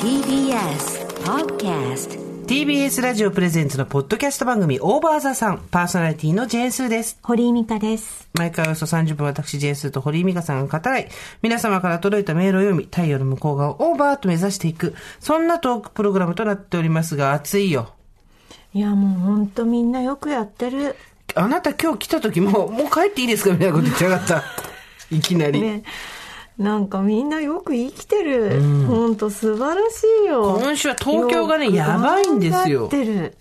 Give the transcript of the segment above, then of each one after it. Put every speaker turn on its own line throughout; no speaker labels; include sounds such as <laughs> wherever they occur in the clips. TBS Podcast
TBS ラジオプレゼンツのポッドキャスト番組オーバーザさんパーソナリティのジェーンスーです。
堀井美香です。
毎回およそ30分私ジェーンスーと堀井美香さんが語らい、皆様から届いたメールを読み、太陽の向こう側をオーバーと目指していく、そんなトークプログラムとなっておりますが、暑いよ。
いや、もうほんとみんなよくやってる。
あなた今日来た時も、もう帰っていいですかみたいなこと言ってなか
<laughs>
った。いきなり。
ね。なんかみんなよく生きてる。ほんと素晴らしいよ。
今週は東京がね
よく
やばいんですよ
頑張ってる。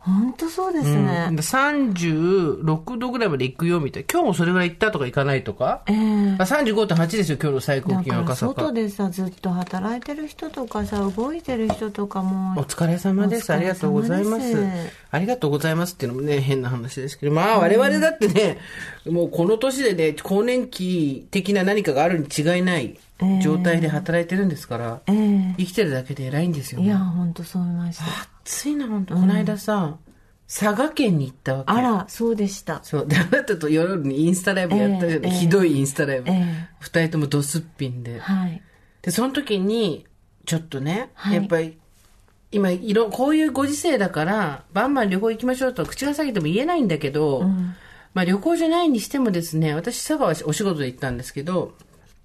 ほんとそうですね。
36度ぐらいまで行くよみたいな。今日もそれぐらい行ったとか行かないとか。
ええ
あ35.8ですよ、今日の最高
だ
気
か
温
ら
赤坂。
外でさ、ずっと働いてる人とかさ、動いてる人とかも
お、疲れ様で
お
す。
疲
あ
れ
り
様
がとうございま
です
す。ありがとうございますっていうのもね、変な話ですけど、まあ我々だってね、もうこの年でね、更年期的な何かがあるに違いない
ええ
状態で働いてるんですから、
ええ
生きてるだけで偉いんですよ、
いや、
ね。
ほんとそう思いました。
ついな、本当この間さ、佐賀県に行ったわけ。
あら、そうでした。
そう。で、あなたと夜にインスタライブやったじゃない、
ええ
ひどいインスタライブ。
え
二、
え
人ともドスッピンで。
はい。
で、その時に、ちょっとね、
はい
やっぱり、今、いろ、こういうご時世だから、バンバン旅行行きましょうとは口が裂けても言えないんだけど、まあ旅行じゃないにしてもですね、私、佐賀はお仕事で行ったんですけど、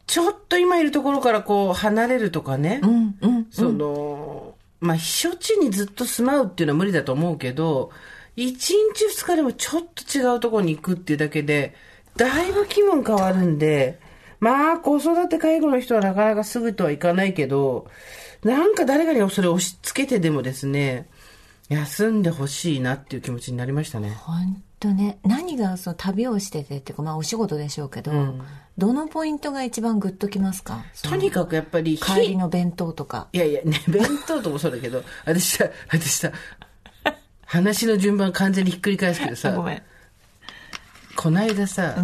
ちょっと今いるところからこう、離れるとかね、
うん、うん。
その、まあ、避暑地にずっと住まうっていうのは無理だと思うけど、一日二日でもちょっと違うところに行くっていうだけで、だいぶ気分変わるんで、まあ、子育て介護の人はなかなかすぐとはいかないけど、なんか誰かにそれを押し付けてでもですね、休んでほしいなっていう気持ちになりましたね。
本当ね何がその旅をしててっていうか、まあ、お仕事でしょうけど、どのポイントが一番グッときますか
とにかくやっぱり、
その帰りの弁当とか
いやいや、ね、弁当ともそうだけど、私さ、私さ、話の順番完全にひっくり返すけ
<laughs>
どさ、
ごめん
この間さ、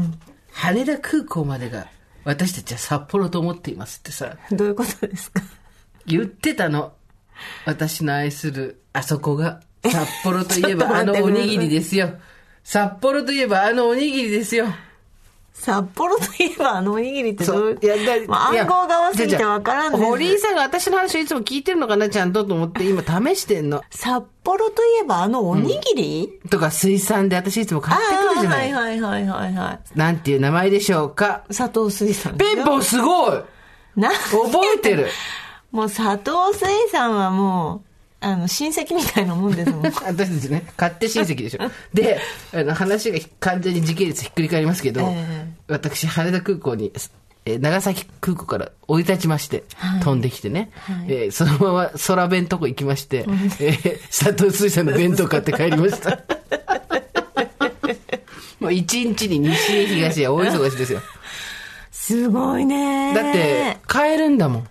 羽田空港までが私たちは札幌と思っていますってさ
どういうことですか
言ってたの私の愛するあそこが札幌とい <laughs> え
ちょ
ば
っ
あ
と待
の
って
おにぎりですよ札幌といえばあのおにぎりですよ
札幌といえばあのおにぎりってどういう
いやだ
まあ
いや
暗号が合わせてわからん
じゃあじゃあ堀井
です
さんが私の話をいつも聞いてるのかなちゃんとと思って今試してんの
札幌といえばあのおにぎり、
とか水産で私いつも買
あ
ってくるじ
あ
ゃな、
はいいはいはいはいは
なんていう名前でしょうか
い佐藤水産
ピンポンすごい
な
覚えて <laughs> る
もう佐藤水産はもうあの親戚みたいなもんです
<laughs>
もん
私たちね、買って親戚でしょ。で、あの話がひ完全に時系列ひっくり返りますけど、
ええ
私、羽田空港に、えー長崎空港から降り立ちまして、飛んできてね、
はい
えーそのまま空弁とこ行きまして、えー佐藤水産の弁当買って帰りま
<laughs>
した。もう一日に西へ東へ大忙しですよ。
すごいね
だって、買えるんだも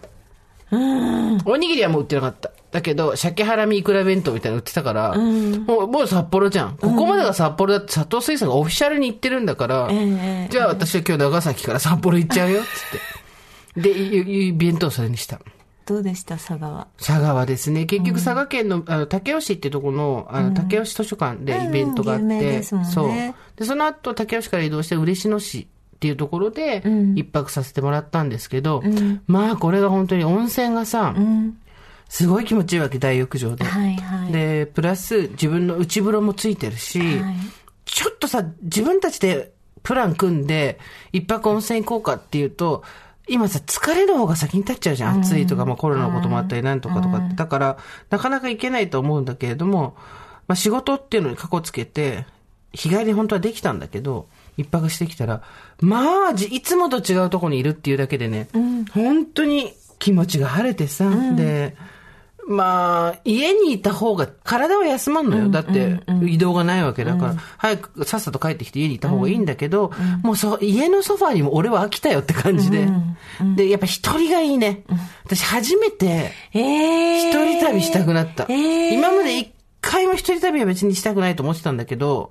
ん。おにぎりはもう売ってなかった。だけど、鮭ハラミイクラ弁当みたいなの売ってたから、もう、もう札幌じゃん。ここまでが札幌だって、佐藤水産がオフィシャルに行ってるんだから、
ええ
じゃあ私は今日長崎から札幌行っちゃうよ、つって。で、ゆゆ弁当をそれにした。
どうでした佐賀は
佐賀はですね、結局佐賀県の、あの、竹吉ってとこの、あの、竹吉図書館でイベントがあって、
うん有名ですもんね
そう。で、その後竹吉から移動して嬉野市っていうところで、一泊させてもらったんですけど、まあこれが本当に温泉がさ、すごい気持ちいいわけ、大浴場で。
はいはい
で、プラス自分の内風呂もついてるし、
はい
ちょっとさ、自分たちでプラン組んで、一泊温泉行こうかっていうと、今さ、疲れる方が先に立っちゃうじゃん。暑いとか、まあコロナのこともあったり、なんとかとかって。だから、なかなか行けないと思うんだけれども、まあ仕事っていうのに過去つけて、日帰り本当はできたんだけど、一泊してきたら、まあ、じいつもと違うとこにいるっていうだけでね、本当に気持ちが晴れてさ、で、まあ、家にいた方が体は休まんのよ。だって、移動がないわけだから、早くさっさと帰ってきて家にいた方がいいんだけど、もうそ、家のソファにも俺は飽きたよって感じで。で、やっぱ一人がいいね。私初めて
ええ
一人旅したくなった。
えー
今まで一回も一人旅は別にしたくないと思ってたんだけど、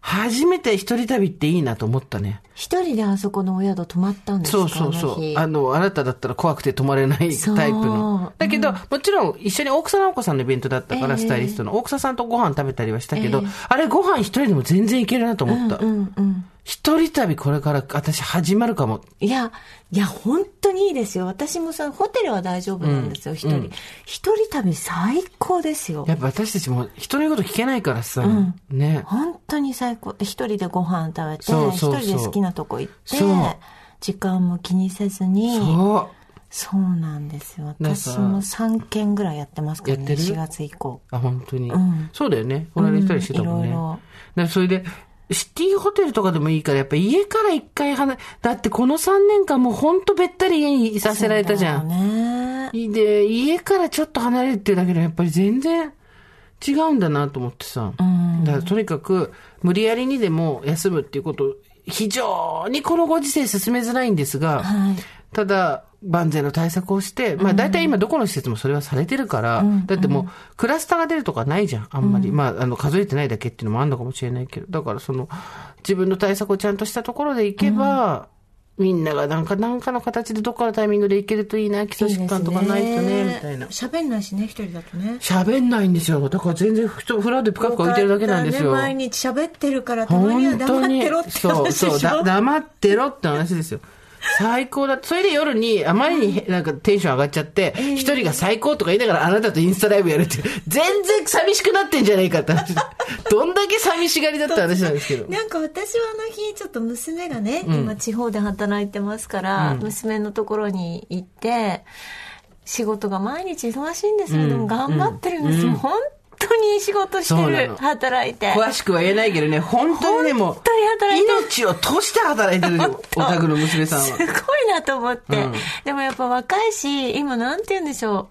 初めて一人旅っていいなと思ったね。
一人であそこのお宿泊まったんですか
そうそうそ
あの
う。
日
あの、あなただったら怖くて止まれないタイプ
そう
の。だけど、もちろん一緒に大草直子さんのイベントだったから、
ええ
スタイリストの大草さんとご飯食べたりはしたけど、
ええ
あれご飯一人でも全然いけるなと思った。
うんうん
一人旅これから私始まるかも。
いや、いや、本当にいいですよ。私もさ、ホテルは大丈夫なんですよ、一、人。一人旅最高ですよ
や。っぱ私たちも人の言うこと聞けないからさ、
ん
ね。
本当に最高。一人でご飯食べて、
そう
一
そうそう
人で好きなとこ行って
そう、
時間も気にせずに。
そう。
そうなんですよ。
なんか
私も3件ぐらいやってますからね、
やってる
4月以降。
あ、本当に。
ん
そうだよね。この間一人してたもんね。
うんいろいろ
でそれで、シティホテルとかでもいいから、やっぱ家から一回離れ、だってこの3年間もうほんとべったり家にいさせられたじゃ。
そうんだよね。
で、家からちょっと離れるっていうだけでやっぱり全然違うんだなと思ってさ。だからとにかく、無理やりにでも休むっていうこと、非常にこのご時世進めづらいんですが、
はい。
ただ、万全の対策をして、まあ大体今どこの施設もそれはされてるから、だってもうクラスターが出るとかないじゃん、あんまり。まあ、あの、数えてないだけっていうのもあるのかもしれないけど、だからその、自分の対策をちゃんとしたところでいけば、みんながなんか、なんかの形でどっかのタイミングでいけるといいな、基礎疾患とかないとね、みたいな。
喋んないしね、一人だとね。
喋んないんですよ。だから全然、ふとフラでぷかぷか浮いてるだけなんですよ。
よかったね毎日喋ってるから、たまに
本
は黙
当
っ
に
てろって話
そう
でしょ。
そうだ黙ってろって話ですよ最高だそれで夜にあまりになんかテンション上がっちゃって一人が最高とか言いながらあなたとインスタライブやるって全然寂しくなってんじゃないかって話
<laughs>
どんだけ寂しがりだって話なんですけど
なんか私はあの日ちょっと娘がね、今地方で働いてますから、娘のところに行って仕事が毎日忙しいんですけど、
うん
頑張ってるんですよ、本当にいい仕事し
そう
て
な
る
の
働いて
詳しくは言えないけどね本当にねもう
本当に働いてる
命を賭して働いてるよお宅の娘さん
すご <laughs>
はい
なと思って、
うん
でもやっぱ若いし今なんて言うんでしょう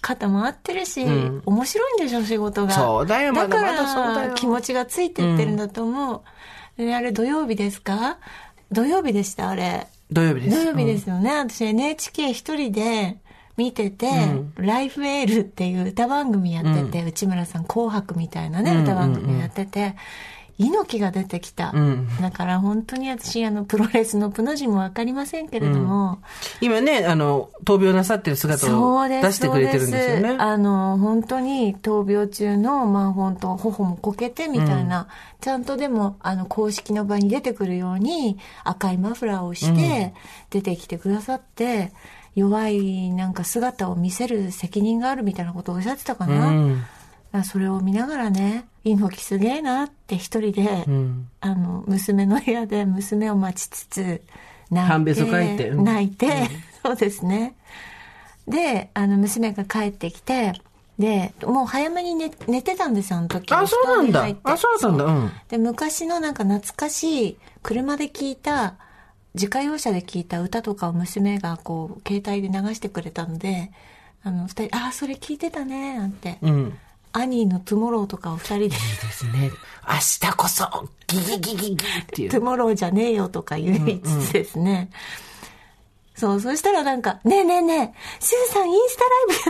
肩回ってるし、
ん
面白いんでしょ仕事が
そうだよまだ
から
まだそうだよ
気持ちがついてってるんだと思う、であれ土曜日ですか土曜日でしたあれ
土曜日です
土曜日ですよね、私 NHK 一人で見てて、ライフエールっていう歌番組やってて、内村さん紅白みたいなね、歌番組やってて、猪木が出てきた。
ん
だから本当に私、あの、プロレスのプの字もわかりませんけれども、
今ねあの闘病なさってる姿
そ
を
うです。
出してくれてるんですよ
そう
ね
ですあの、本当に闘病中の、まあ本当、頬もこけてみたいな、ちゃんとでも、あの、公式の場に出てくるように、赤いマフラーをして、出てきてくださって、弱いなんか姿を見せる責任があるみたいなことをおっしゃってたかな。
うん
だからそれを見ながらね、猪木すげえなって一人で、
うん
あの、娘の部屋で娘を待ちつつ、泣いて。
半べそかいてうん
泣いて、そうですね。で、あの、娘が帰ってきて、で、もう早めに寝寝てたんです、あの時。
あそうなん
布団に入
だ
って
あそうなんだうん
で、昔のなんか懐かしい、車で聞いた、自家用車で聞いた歌とかを娘がこう、携帯で流してくれたので、あの、二人、ああ、それ聞いてたね、なんて。
うん
アニーのトゥモローとかを二人で、
ですね。明日こそ、ギギギギギってい
トゥ
う。
モローじゃねえよとか言いつつですね。そう、そしたらなんか、ねえねえねえ、スーさんインス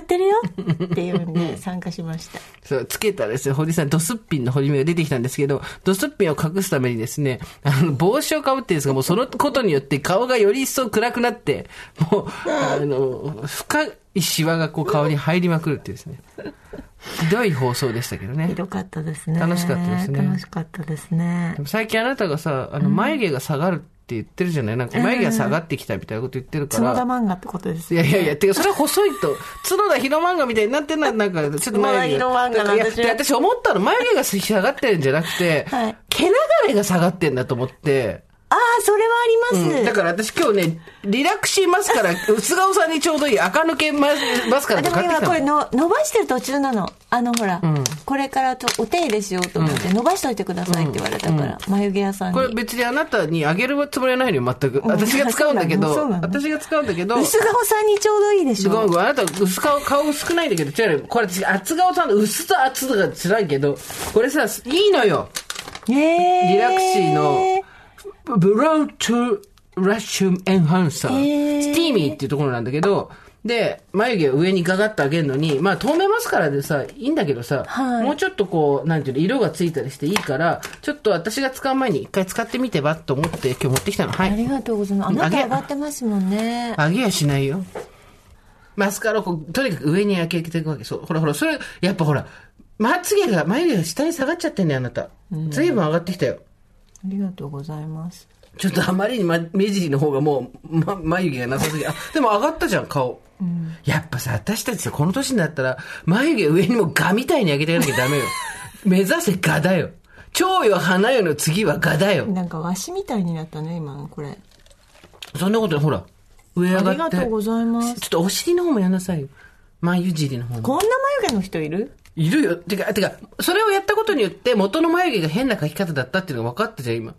タライブやってるよっていうん
<laughs>
で参加しました。
そう、つけたらですね、堀さん、ドスッピンの堀目が出てきたんですけど、ドスッピンを隠すためにですね、あの、帽子をかぶってるんですが、もうそのことによって顔がより一層暗くなって、もう、あの、深いシワがこう顔に入りまくるっていうですね。ひどい放送でしたけどね
ひ。どかったですね。
楽しかったですね
楽しかったですね
で。も最近あなたがさ、あの、眉毛が下がるって言ってるじゃないなんか眉毛が下がってきたみたいなこと言ってるから。
角田漫画ってことです
い
よ
やいやいや、てか、それは細いと、角田広漫画みたいになって
<laughs>
んな、なんか、ちょっと眉毛
角
が。
田博漫画なん
いや
ですよ
で私思ったの、眉毛が下がってるんじゃなくて、
はい
毛流れが下がってんだと思って、
ああ、それはあります。
だから私今日ね、リラクシーマスカ
<laughs>
ラ、薄顔さんにちょうどいい赤抜けマスカラ
で
と
も
買って
今
きた
これ
の。
の伸ばしてる途中なの。あのほら、これからちょお手入れしようと思って伸ばしといてくださいって言われたから、眉毛屋さん
これ
に。
別にあなたにあげるつもりはないのよ、全く。私が使うんだけ
<laughs> そ
ど
うな、の
私が使うんだけど、
<laughs> 薄顔さんにちょうどいいでし
ごめん
ょ。
ごめん、あなた薄顔、顔薄くないんだけど、違うよ。これ私厚顔さんの薄と厚とか辛いけど、これさ、いいのよ。
リ
リラクシーのブロートラッシュエンハンサ
へ
ー、
ー
スティーミーっていうところなんだけど、で、眉毛を上にガガッと上げるのに、まあ透明マスカラでさ、いいんだけどさ、
はい
もうちょっとこう、なんていうの、色がついたりしていいから、ちょっと私が使う前に一回使ってみてばと思って今日持ってきたの。は
あ
い。
りがとうございます。あな
あげ
た上がってますもんね。
上げやしないよ。マスカラをこう、とにかく上に上げていくわけ。そう。ほらほら、それ、やっぱほら、まつげが、眉毛が下に下がっちゃってんね、あなた。随分上がってきたよ。
ありがとうございます。
ちょっとあまりに、ま、目尻の方がもう、ま、眉毛がなさすぎあでも上がったじゃん、顔。やっぱさ、私たちさ、この年になったら、眉毛上にもガみたいに上げていかなきゃダ
<laughs>
メよ。目指せガだよ。蝶よ、花よの次はガだよ。
なんかわしみたいになったね、今のこれ。
そんなことないほら。上上が
あ
って。
りがとうございま
ちょ
す。
っとお尻の方もやんなさいよ。眉尻の方も。
こんな眉毛の人いる
いるよ。てか、てか、それをやったことによって、元の眉毛が変な描き方だったっていうのが分かったじゃん、今。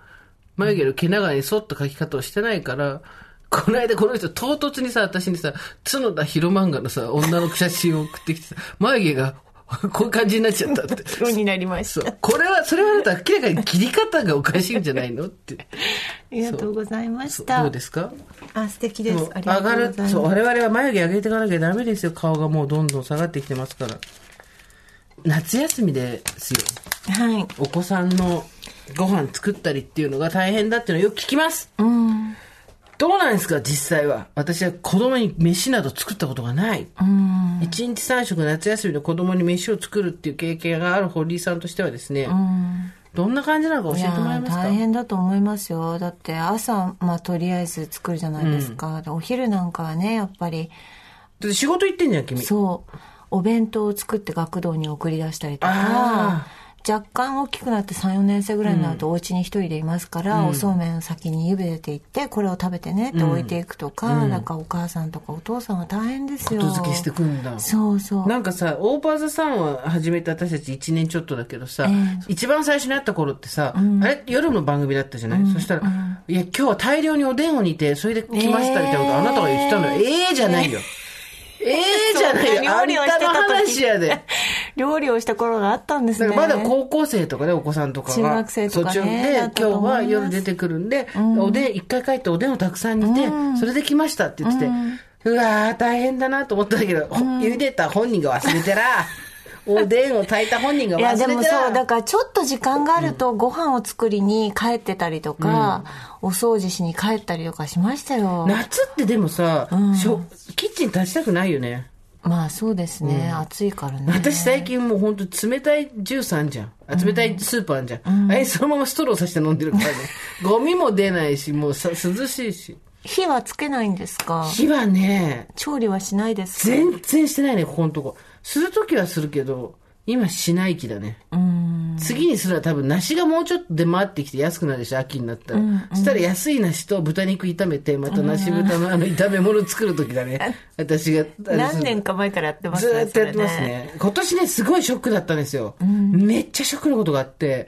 眉毛の毛長に沿った描き方をしてないから、この間この人、唐突にさ、私にさ、角田博漫画のさ、女の写真を送ってきてさ、眉毛が、こういう感じになっちゃったって。
ようになりまし
そ
た。
う。これは、それはあなた明らかに切り方がおかしいんじゃないのって。
ありがとうございまし
そう
た。
どうですか
あ、素敵です
も。う
あ
上
りがと
が
うござい
る
ます。
そう我々は眉毛上げていかなきゃダメですよ顔がもうどんどん下がってきてますから夏休みですよ
はい。
お子さんのご飯作ったりっていうのが大変だっていうのをよく聞きます
うん。
どうなんですか実際は私は子供に飯など作ったことがない
う
1
ん。
日3食夏休みで子供に飯を作るっていう経験がある堀井さんとしてはですね、
うん。
どんな感じなのか
い
教え
や
てもらえ
ー
ますか
大変だと思いますよだって朝、まあ、とりあえず作るじゃないですか、でお昼なんかはねやっぱり
だって仕事行ってんじゃん君
そうお弁当を作って学童に送り出したりと
あ
か若干大きくなって34年生ぐらいになるとお家に一人でいますから、おそうめんを先に湯でていってこれを食べてねって置いていくとか、なんかお母さんとかお父さんは大変ですよ
後付けしてくんだ
そうそう
なんかさ、オーバーザさんは始めて私たち1年ちょっとだけどさ、
え
一番最初に会った頃ってさ、あれ夜の番組だったじゃない、そしたら、いや、今日は大量におでんを煮て、それで来ましたみたいなこと、
えー
あなたが言ってたのよ。ええじゃないよ。ええじゃないよ。あんたの話やで。
<laughs> 料理をした頃があったんです
だ
ね
からまだ高校生とかね、お子さんとかが。
中学生とかね
途中で、
だ
今
っ
日
たと思いま
は
す
夜出てくるんで、おでん、一回帰っておでんをたくさん煮て、それで来ましたって言ってて、うわー、大変だなと思ったんだけど、ほ茹でた本人が忘れて
<laughs>
ら、おでんを炊いた本人が
いや
忘れ
で
て
もそうだ
ら、
からちょっと時間があるとご飯を作りに帰ってたりとか、お掃除しに帰ったりとかしましたよ
夏ってでもさ、しょキッチン立ちたくないよね。
まあそうですね、暑いからね
私最近もうほんと冷たいジュースあんじゃん。あ冷たいスープあんじゃん。あれそのままストローさして飲んでるから
<laughs>
ね。ゴミも出ないし、もうさ涼しいし。
火はつけないんですか
火はね、
調理はしないですか
全然してないね、ここのとこ。するときはするけど、今しない気だね。次にするのは多分、梨がもうちょっと出回ってきて安くなるでしょ、秋になったら。そしたら安い梨と豚肉炒めて、また梨豚のあの炒め物作るときだね。私が。あれするの
何年か前からやってます
ず
ね
ーっとやってます
そ
ね
れね
今年ねすごいショックだったんですよ、めっちゃショックなことがあって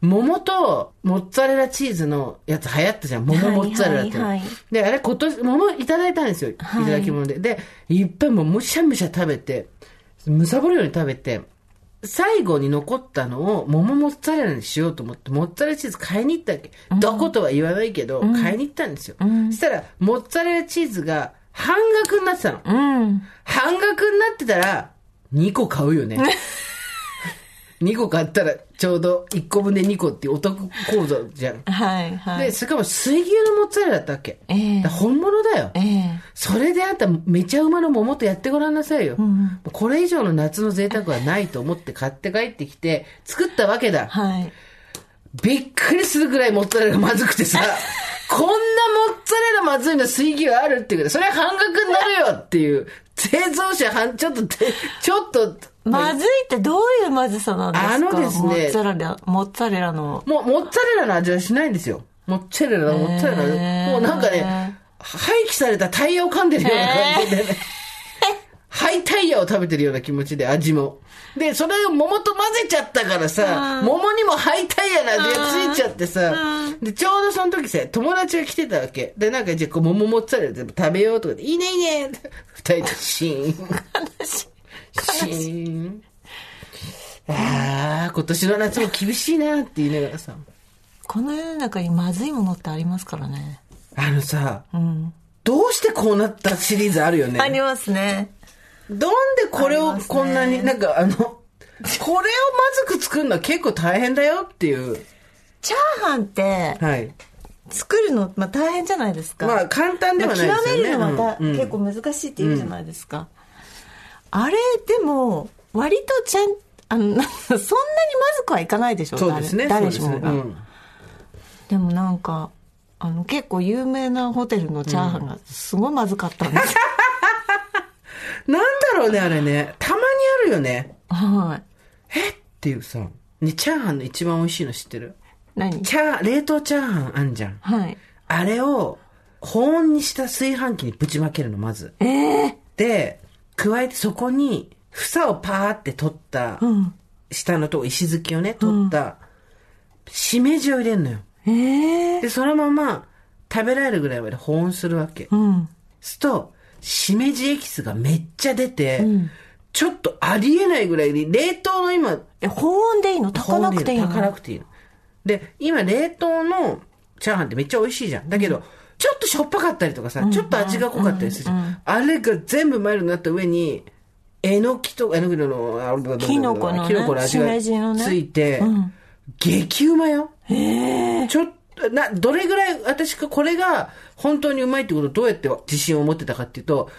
桃とモッツァレラチーズのやつ流行ったじゃん桃モッツァレラって、
はいはいはい
であれ今年桃いただいたんですよ、
はい
い、ただき物ででいっぱいもうむしゃむしゃ食べてむさぼるように食べて最後に残ったのを桃モッツァレラにしようと思ってモッツァレラチーズ買いに行ったわけ、どことは言わないけど、買いに行ったんですよ、そしたらモッツァレラチーズが半額になってたの、
うん
半額になってたら、2個買う
<laughs>
よね。2個買ったら、ちょうど1個分で2個っていうお得構造じゃん。
はいは
で、
い
それからも水牛のモッツァレラだったわけ。
ええ
だから本物だよ。
ええ
それであんた、めちゃうまの桃とやってごらんなさいよ。もうこれ以上の夏の贅沢はないと思って買って帰ってきて、作ったわけだ。
はい
びっくりするぐらいモッツァレラがまずく
<laughs>
てさ、こんなモッツァレラまずいの水牛あるっていうけど、それ半額になるよっていう、製造者半、ちょっとて、ちょっと、
まずいってどういうまずさなんですか
あのですね
モッツァレラモッツァレラの
もうモッツァレラの味はしないんですよ。モッツァレラのモッツァレラ
へ
の。
ー
もうなんかね、廃棄されたタイヤを噛んでるような感じでね。廃タイヤを食べてるような気持ちで味も。で、それを桃と混ぜちゃったからさ、桃にもハイタイヤの味がついちゃってさ、で、ちょうどその時さ、友達が来てたわけ。で、なんかじゃあこう桃モッツァレラ全部食べようとかで、いいねいいねって二人でシーン。シーン。ああ、今年の夏も厳しいなって言いながらさ。
この世の中にまずいものってありますからね
あのさ、どうしてこうなったシリーズあるよね。
ありますね
どんでこれを
ありますね
こんなに、なんかあの、これをまずく作るのは結構大変だよっていう。
チャーハンって
はい。
作るの、まあ、大変じゃないですか、
まあ簡単ではないですよね
まあ極めるのはだ、
うんうん
結構難しいって言うじゃないですか、あれでも割とちゃん <laughs> あのそんなにまずくはいかないでしょ
そうですね。
誰
そうですね
誰しもが、
うん
でもなんかあの結構有名なホテルのチャーハンがすごいまずかった
<laughs>
んです、
なんだろうね、あれね。たまにあるよね。
はい
えっていうさ。ね、チャーハンの一番美味しいの知ってる
何
チャー、冷凍チャーハンあんじゃん。
はい
あれを、保温にした炊飯器にぶちまけるの、まず。
ええ
で、加えてそこに、房をパーって取った、
うん
下のとこ、石突きをね、取った、しめじを入れんのよ。
ええ
で、そのまま、食べられるぐらいまで保温するわけ。
うん
すると、しめじエキスがめっちゃ出て、ちょっとありえないぐらいに、冷凍の今、
え保温でいいの炊かなくていいの
炊かなくていいの。で、今、冷凍のチャーハンってめっちゃ美味しいじゃん。だけど、ちょっとしょっぱかったりとかさ、ちょっと味が濃かったりするじゃん。あれが全部マイルドになった上に、えのきと、えのきの、あの
キノコのね
キノコの味が
しめじのね
ついて、激うまよ。ちょっと、な、どれぐらい、私がこれが本当にうまいってことをどうやって自信を持ってたかっていうと、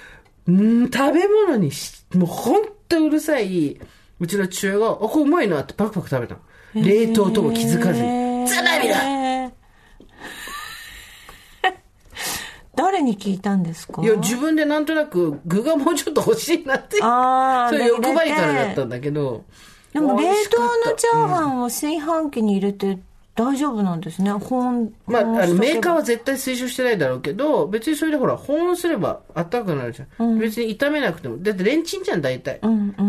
んー食べ物にし、もうほんとうるさい、うちの父親が、あ、これうまいなってパクパク食べたの。冷凍とも気づかずに。つまみだい
えー <laughs> 誰に聞いたんですか
や、自分でなんとなく具がもうちょっと欲しいなって。
あー
そういう
で
欲張りから
入れて
だったんだけど。
でも冷
美味しかっ
凍
た
のチャーハンを炊飯器に入れて大丈夫なんですね保温
まあ、あ
保温し
の
とけ
メ
ば
ーカーは絶対推奨してないだろうけど、別にそれでほら、保温すればあったかくなるじゃん。別に炒めなくても。だってレンチンじゃん、大体。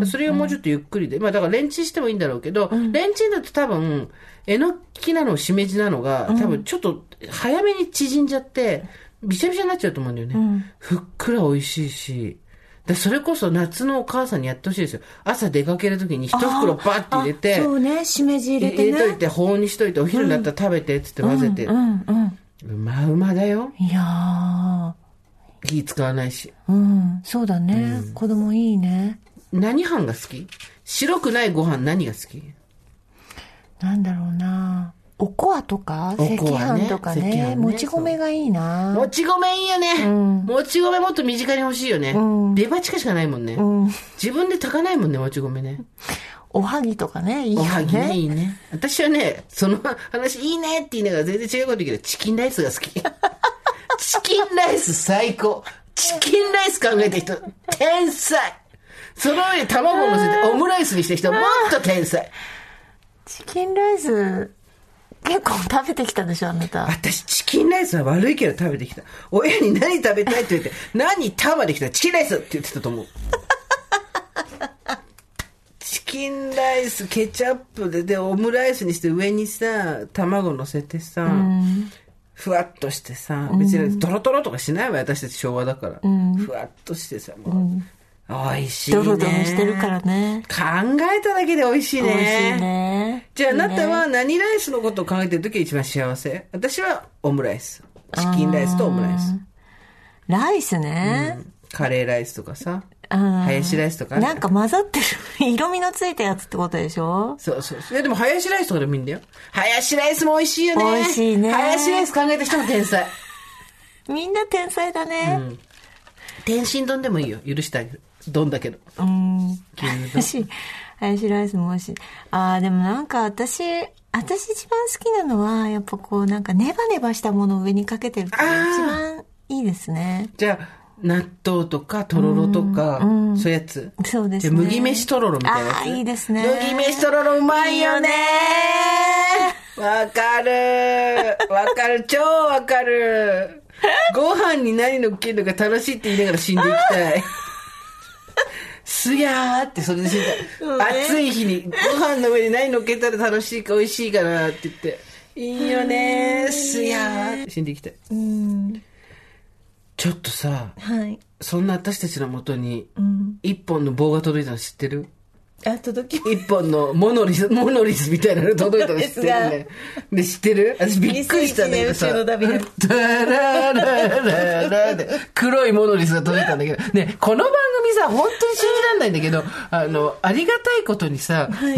それをもうちょっとゆっくりで。まあ、だからレンチンしてもいいんだろうけど、レンチンだと多分、えのきなの、しめじなのが、多分ちょっと早めに縮んじゃって、びちゃびちゃになっちゃうと思うんだよね。ふっくら美味しいし。でそれこそ夏のお母さんにやってほしいですよ。朝出かけるときに一袋バッて入れて
あ、そうねしめじ入れて
入
ね
れといて、保温にしといて、お昼になったら食べて、つって混ぜて。
うんうん
うまうまだよ。
いや
火使わないし。
ーうんそうだね、子供いいね
何飯が好き白くないご飯何が好き
なんだろうなおこわとか
お
赤
こわね
飯とか
赤
ね
飯ね
もち米がいいな
もち米いいよね。もち米もっと身近に欲しいよね。デパ地下しかないもんね。自分で炊かないもんね、もち米ね。
おはぎとかねいいよ
お
ね
はぎね、いいね。私はね、その話いいねって言いながら全然違うこと言うけど、チキンライスが好 <laughs> き。チキンライス最高。チキンライス考えた人、天才。その上に卵を乗せてオムライスにした人、もっと天才。
チキンライス結構食べてきたでしょあなた
私、チキンライスは悪いけど食べてきた。親に何食べたいって言
<laughs>
って、何食べてきたチキンライスって言ってたと思う。チキンライス、ケチャップで、で、オムライスにして上にさ、卵乗せてさ、ふわっとしてさ、別にドロドロとかしないわ、私たち昭和だから。ふわっとしてさ、もう、美味しいね。
ドロドロしてるからね
考えただけで美味しい
美
ね。
味しいね
じゃああ
いいね
なたは何ライスのことを考えてるときが一番幸せ私はオムライス。チキンライスとオムライス。
ライスね、
カレーライスとかさ。
うん
ハヤシライスとかあるじゃ
なんか混ざってる色味のついたやつってことでしょ
そうそうそう。いやでも、ハヤシライスとかでもいいんだよ。ハヤシライスも美味しいよね。
美味しいね
ハヤシライス考えた人も天才。
みんな天才だね
天津丼でもいいよ。許してあげる。丼だけど。
うん
牛丼
私ハヤシライスも美味しいあーでもなんか私私一番好きなのはやっぱこうなんかネバネバしたものを上にかけてるって一番いいですね
じゃあ、納豆とか、とろろとか、そういうやつ。
そうで
じ
すね
ゃあ麦飯とろろみたいなやつ。
あーいいですね
麦飯とろろうまいよねわかる。わか <laughs> る。超わかる。ご飯に何のっけるのが楽しいって言いながら死んでいきたい。すやーってそれで死んだ
うんね
暑い日にご飯の上に何のっけたら楽しいか美味しいかなって言って。いいよねー。すやーって死んでいきたい。
うん
ちょっとさ、
はい
そんな私たちのもとに、一本の棒が届いたの知ってる
あ届き
一本のモノリス、モノリスみたいなの届いたの知ってるね。で、知ってる私びっくりしたんだけどさ。
2001年宇宙の
ダララララで黒いモノリスが届いたんだけど、ね、この番組さ、本当に信じられないんだけど、あの、ありがたいことにさ、い、あの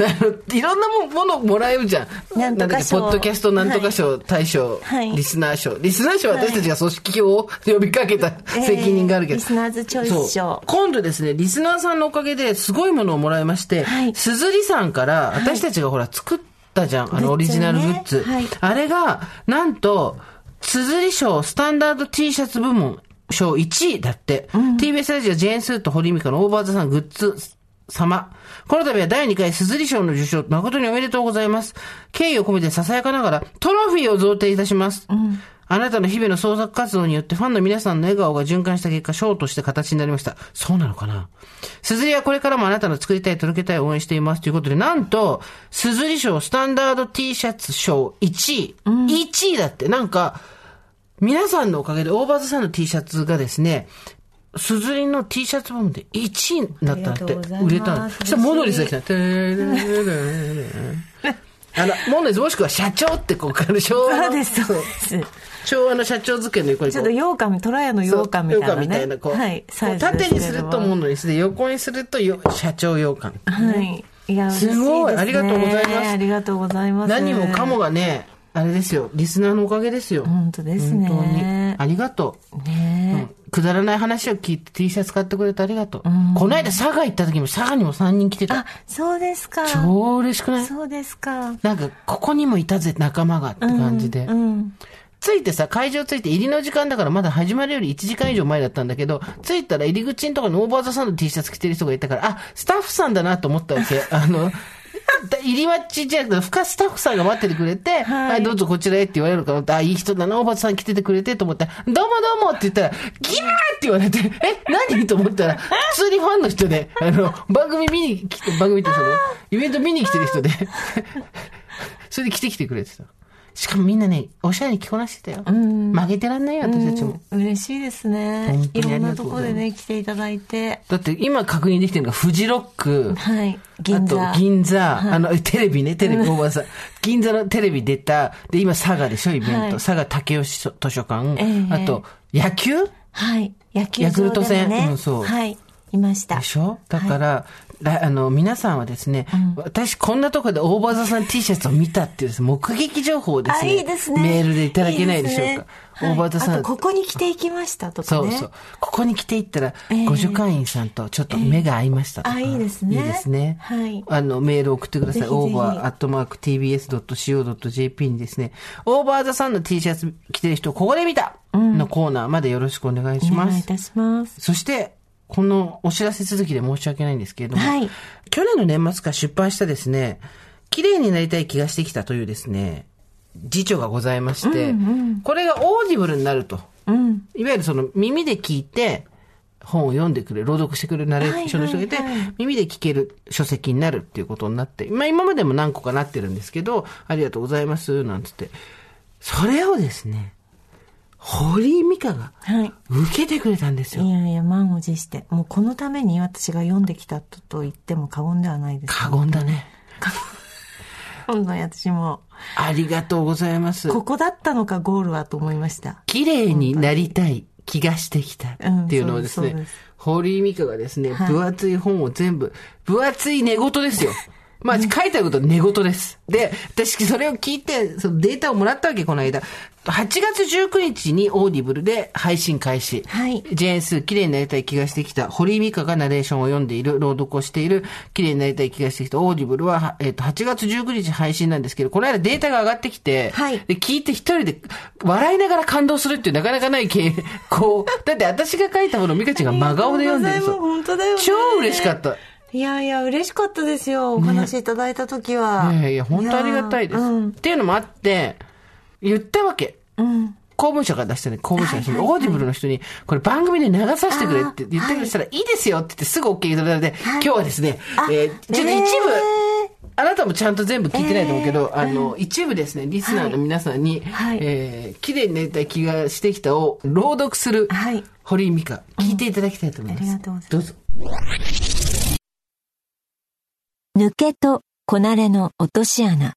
いろんなもものもらえるじゃん。
なんとか賞
なんだっけポッドキャストなんとか賞、大賞、
はい
リスナー賞。リスナー賞は私たちが組織を呼びかけた責任があるけど。
リスナーズチョイス
そう
賞
今度ですね、リスナーさんのおかげですごいものをもらいまして、
はい
すずりさんから私たちがほら作っったじゃん、あのオリジナルグッズ。
グッズねはい
あれが、なんと、綴り賞スタンダード T シャツ部門賞1位だって。TBS ラジオジェーンスーと堀美香のオーバーザさんグッズ様。この度は第2回綴り賞の受賞誠におめでとうございます。敬意を込めてささやかながらトロフィーを贈呈いたします。あなたの日々の創作活動によってファンの皆さんの笑顔が循環した結果、賞として形になりました。そうなのかなすずりはこれからもあなたの作りたい、届けたい、応援しています。ということで、なんと、すずり賞スタンダード T シャツ賞1位。1位だって、なんか、皆さんのおかげで、大場さんの T シャツがですね、すずりの T シャツ部門で1位になったんだ
あ
って
りがとうござい、ます
売れたんだ。そしたら、モノリス
<laughs>
が来た。てーれれれれれれあの、モノリスもしくは社長ってこう、あの昭和の
そうですそうです
昭和の社長付けの横に
ち
こ
ょっ
う
と羊羹虎屋の羊羹みた
そう羊
いなね
羹みたいなこう、
はい
こ
サ
う
イズです
縦
け
に
れど
するとモノリスで横にするとよ社長羊羹
はいいや
すごい
嬉しで
ありがとうございます
ありがとうございます
何もかもがねあれですよリスナーのおかげですよ、
本当ですね
本当にありがとう、う
ね
んくだらない話を聞いて T シャツ買ってくれてありがとう、この間佐賀行った時も佐賀にも3人来て
あ
た
そうですか
超嬉しくない
そうですか
なんかここにもいたぜ仲間がって感じで、
うん
着いてさ、会場着いて入りの時間だからまだ始まるより1時間以上前だったんだけど、着いたら入り口のところにオーバーザさんの T シャツ着てる人がいたから、あ、スタッフさんだなと思ったわ
<laughs>
け。あの、だ入り待ちじゃなくて、深スタッフさんが待っててくれて、
は
はいい、どうぞこちらへって言われるから、あ、いい人だな、おばさん来ててくれてと思ったら、どうもどうもって言ったら、ギャーって言われて、 <laughs> え、何と思ったら、普通にファンの人で、あの、番組見に来て、番組ってその、イベント見に来てる人で、それで来てきてくれてた。しかもみんなね、おしゃれに着こなしてたよ。曲げてらんないよ、私たちも。
嬉しいですね
本
い
当に
ろ
あ
ん
り
な
がと
と
う
こ
ござ
で
います
ね来ていただいて
だって今確認できてるのが、フジロック、
はい銀座
あと銀座、あの、テレビね、テレビ、大場さん。銀座のテレビ出た、で、今佐賀でしょ、イベント。
はい
佐賀竹吉図書館。
ええ
あと、野球
はい野球
ヤクルト
場で
戦
もね
うんそう
はいいました
でしょだから、らあの、皆さんはですね、私こんなとこで大場座さん T シャツを見たっていうですね目撃情報をです
あ
ね、
いいですね
メールでいただけないでしょうか。
いいですね
大場座さん、
はいあとここに来ていきましたとか
そう
ね
そう。ここに来ていったら、
え
ご助会員さんとちょっと目が合いましたとか、
ええあいいですね
いいですね。
はい
あの、メールを送ってください。
ぜひぜひ
オーバーアットマーク tbs.co.jp にですね、オーバーザさんの T シャツ着てる人、ここで見たのコーナーまでよろしくお願いし
お
ま
願いい
す。
たします
そして、このお知らせ続きで申し訳ないんですけれども、
はい
去年の年末から出版したですね、綺麗になりたい気がしてきたというですね、辞書がございまして、これがオーディブルになると。
うん
いわゆるその耳で聞いて、本を読んでくれる、朗読してくれるナレーションの人がいて、
はいはいは
耳で聞ける書籍になるっていうことになって、まあ今までも何個かなってるんですけど、ありがとうございます、なんつって。それをですね、堀井美香が
はい
受けてくれたんですよ。
いやいや満を持してもうこのために私が読んできたとと言っても過言ではないです
過言だね。
今度私も
ありがとうございます。
ここだったのかゴールはと思いました
綺麗になりたい気がしてきたっていうのをですね、
うんそうです
堀井美香がですね、
はい
分厚い本を全部、分厚い寝言ですよ。まあ、書いてあることは寝言です。で、私、それを聞いて、そのデータをもらったわけ、この間。8月19日にオーディブルで配信開始。
はい
ジェーンスー、綺麗になりたい気がしてきた。堀井美香がナレーションを読んでいる、朗読をしている、綺麗になりたい気がしてきた。オーディブルは、はえっ、と、8月19日配信なんですけど、この間データが上がってきて、
はい
で、聞いて一人で笑いながら感動するっていうなかなかない系、こう、だって私が書いたものを美香ちゃんが真顔で読んでるんです
ありがとうございます本当だよね
超嬉しかった。
いやいや嬉しかったですよお話いただいた時は、
いやいや、本当ありがたいです。
やーうん
っていうのもあって、言ったわけ。
うん
公文社から出したね、公文社の人に、オーディブルの人に、これ番組で流させてくれって言ってくれたら、いいですよって言ってすぐ OK いただいて、今日はですね、
あ
えーちょっと一部、
え
あなたもちゃんと全部聞いてないと思うけど、あの、一部ですね、リスナーの皆さんに、
はい
えー綺麗になりたい気がしてきたを朗読する、
はい
堀井美香、聞いていただきたいと思います。
うんありがとうございます
どうぞ。
抜けとこなれの落とし穴。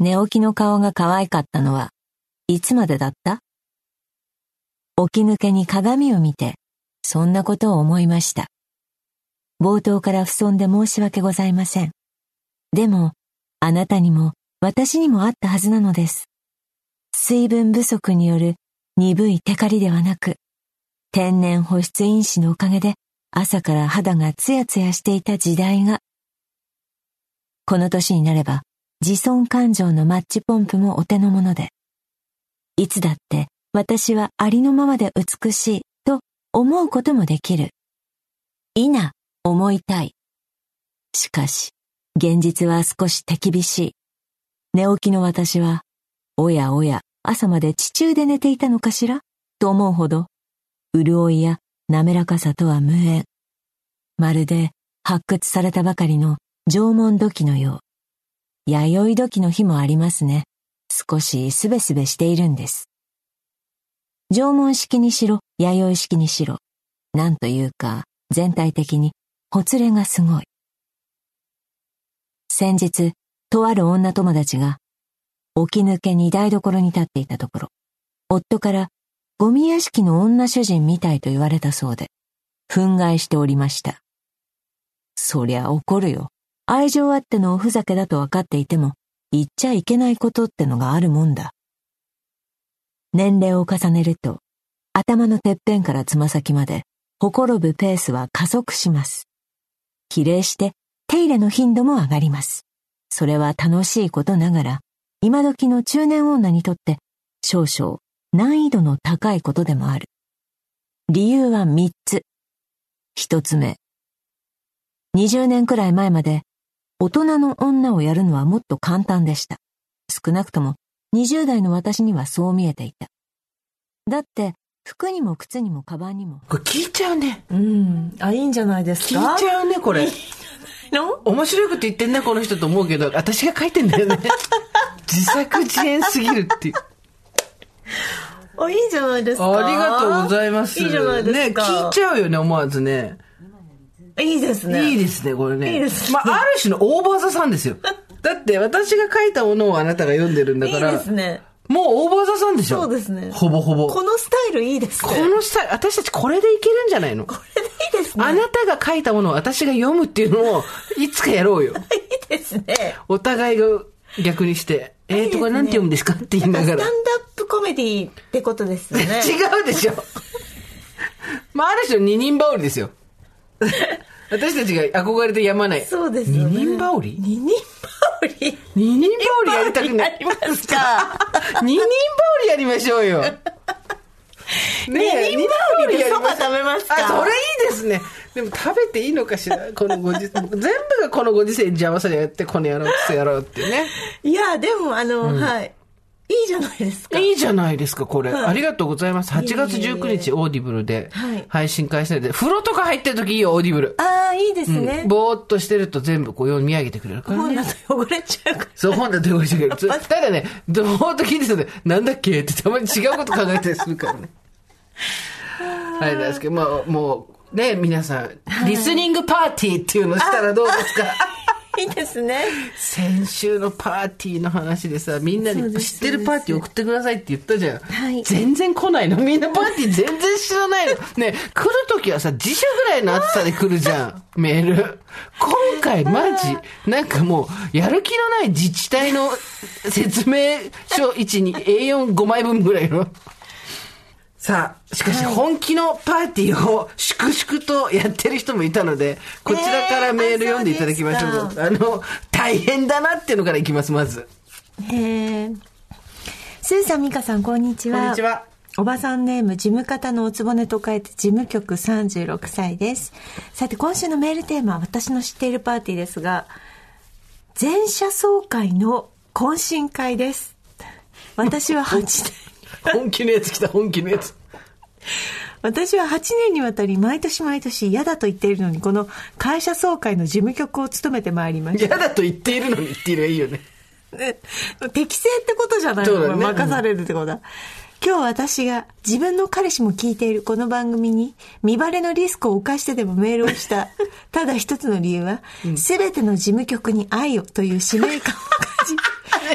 寝起きの顔が可愛かったのはいつまでだった起き抜けに鏡を見て、そんなことを思いました。冒頭から不遜で申し訳ございません。でも、あなたにも私にもあったはずなのです。水分不足による鈍いテカリではなく、天然保湿因子のおかげで朝から肌がツヤツヤしていた時代が、この年になれば、自尊感情のマッチポンプもお手の物で、いつだって私はありのままで美しいと思うこともできる。いな、思いたい。しかし、現実は少し手厳しい。寝起きの私は、おやおや、朝まで地中で寝ていたのかしらと思うほど、潤いや滑らかさとは無縁。まるで発掘されたばかりの縄文土器のよう。弥生土器の日もありますね。少しすべすべしているんです。縄文式にしろ、弥生式にしろ、なんというか、全体的に、ほつれがすごい。先日、とある女友達が、起き抜けに台所に立っていたところ、夫から、ゴミ屋敷の女主人みたいと言われたそうで、憤慨しておりました。そりゃ怒るよ。愛情あってのおふざけだと分かっていても、言っちゃいけないことってのがあるもんだ。年齢を重ねると、頭のてっぺんからつま先まで、ほころぶペースは加速します。比例して、手入れの頻度も上がります。それは楽しいことながら、今時の中年女にとって、少々難易度の高いことでもある。理由は三つ。一つ目。20年くらい前まで、大人の女をやるのはもっと簡単でした。少なくとも20代の私にはそう見えていた。だって、服にも靴にもカバンにも。
これ聞いちゃうね。
うん。あ、いいんじゃないです
聞いち
か
ゃうね、こ <laughs> れ。
の
面白いこと言ってんな、この人と思うけど、私が書いてんだよ <laughs> ね。自作自演すぎるっていう。
あ、いいじゃないです
<laughs> あ
か
りがとうございます。
いいじゃないですか。
ね、聞いちゃうよね、思わずね。
いいですね。
いいですね、これね。
いいですね
まあ、ある種のオーバーザさんですよ。 <laughs> だって、私が書いたものをあなたが読んでるんだから、
いいですね。
もうオーバーザさんでしょ。
そうですね
ほぼほぼ。
こ
こ
のスタイルいいですね。
の際、私たちこれでいけるんじゃないの
これでいいですね。
あなたが書いたものを私が読むっていう
<laughs>
のを、いつかやろうよ。
いいですね。
お互いが逆にして、えーと、これなんて読むんですかって言いなが
スタン
ら
ダ。ップコメディってことです <laughs> よね。
違うでしょ。まあ、ある種の二人羽織です
<laughs>
よ。私たちが憧れてやまない。
そうですよね。
二人羽織
二人羽織
二人羽織やりたくない。
やりますか。
二人羽織やりましょうよ。ねえ
二人羽織でそば食べますか
あ、それいいですね。でも食べていいのかし
<laughs>
らこのご時全部がこのご時世に邪魔されやって、この野郎、クソ野郎ってね。
いや、でも、あの、はい。いいじゃないですか。
いいじゃないですか、これ。
はい
ありがとうございます。8月
いえいえいえ
19日、オーディブルで
はい
配信開始なんで、風呂とか入ってる時いいよ、オーディブル。
ああ、いいですね。
ぼーっとしてると全部こう読み上げてくれるから
本
ね
だ。と汚れちゃうから。
そう、本だと言われちゃうけど、つ
<laughs>
ただね、どーっと聞いてたんで、なんだっけってたまに違うこと考えたりするから
<laughs>
ね。あれなんですけど、まあ、もう、ね、皆さん、リスニングパーティーっていうのしたらどうですか
いいです <laughs> ね。
先週のパーティーの話でさ、みんな
そう
に
です
知ってるパーティー送ってくださいって言ったじゃん。
はい
全然来ないの。みんなパーティー全然知らないの。
<laughs>
ね、来るときはさ、自社ぐらいの暑さで来るじゃ
<laughs>
ん。メール。今回マジ、なんかもう、やる気のない自治体の説明書1に A45 枚分ぐらいの。さあ、しかし本気のパーティーを粛々とやってる人もいたので、こちらからメール読んでいただきましょう。
えーあそうですか
あの、大変だなっていうのからいきます、まず。
へえ。スーさん、ミカさん、こんにちは。
こんにちは。
おばさんネーム、事務方のおつぼねと書いて、事務局36歳です。さて、今週のメールテーマは、私の知っているパーティーですが、全社総会の懇親会です。私は8年、
本気のやつ来た、本気のやつ。
私は8年にわたり毎年毎年嫌だと言っているのにこの会社総会の事務局を務めてまいりまし
嫌だと言っているのに言っているがいいよね。
た適正ってことじゃない
そう
の、
だね
これ任されるってことだ、今日私が自分の彼氏も聞いているこの番組に見バレのリスクを冒してでもメールをした
<laughs>
ただ一つの理由は、全ての事務局に愛をという使命感を
<laughs>
感じ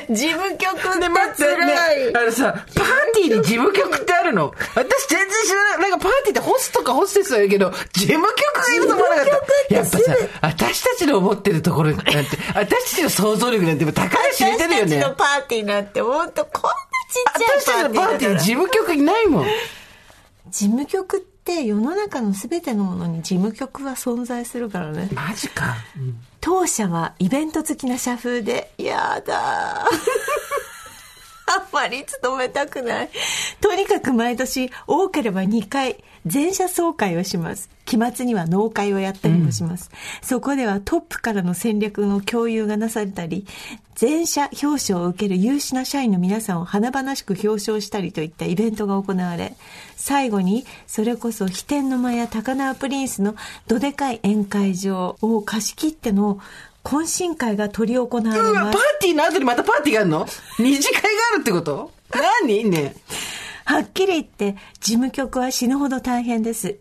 事務局で待
でね、あのさ、パーティーに事務局ってあるの私全然知らない。なんかパーティーってホストかホステスは言うけど、事務局がいると思わなかった。やっぱさ、私たちの思ってるところなんて、私たちの想像力なんて高い知れてるよ
私
ね。
たちのパーティーなんて本当こんなちっ
私
ちゃい
たちの
パーティーだから
パーティーに事務局いないもん。
事務局って世の中の全てのものに事務局は存在するからね
マジか。
当社はイベント好きな社風で、やだー。あんまり勤めたくない。とにかく毎年多ければ2回、全社総会をします。期末には納会をやったりもします。そこではトップからの戦略の共有がなされたり、全社表彰を受ける優秀な社員の皆さんを華々しく表彰したりといったイベントが行われ、最後にそれこそ飛天の間や高輪プリンスのどでかい宴会場を貸し切っての懇親会が執り行われ
うわ、パ
ま
ー
す。
ティーの後にまたパーティーがあるの二次会があるってこと何ね
はっきり言って、事務局は死ぬほど大変です。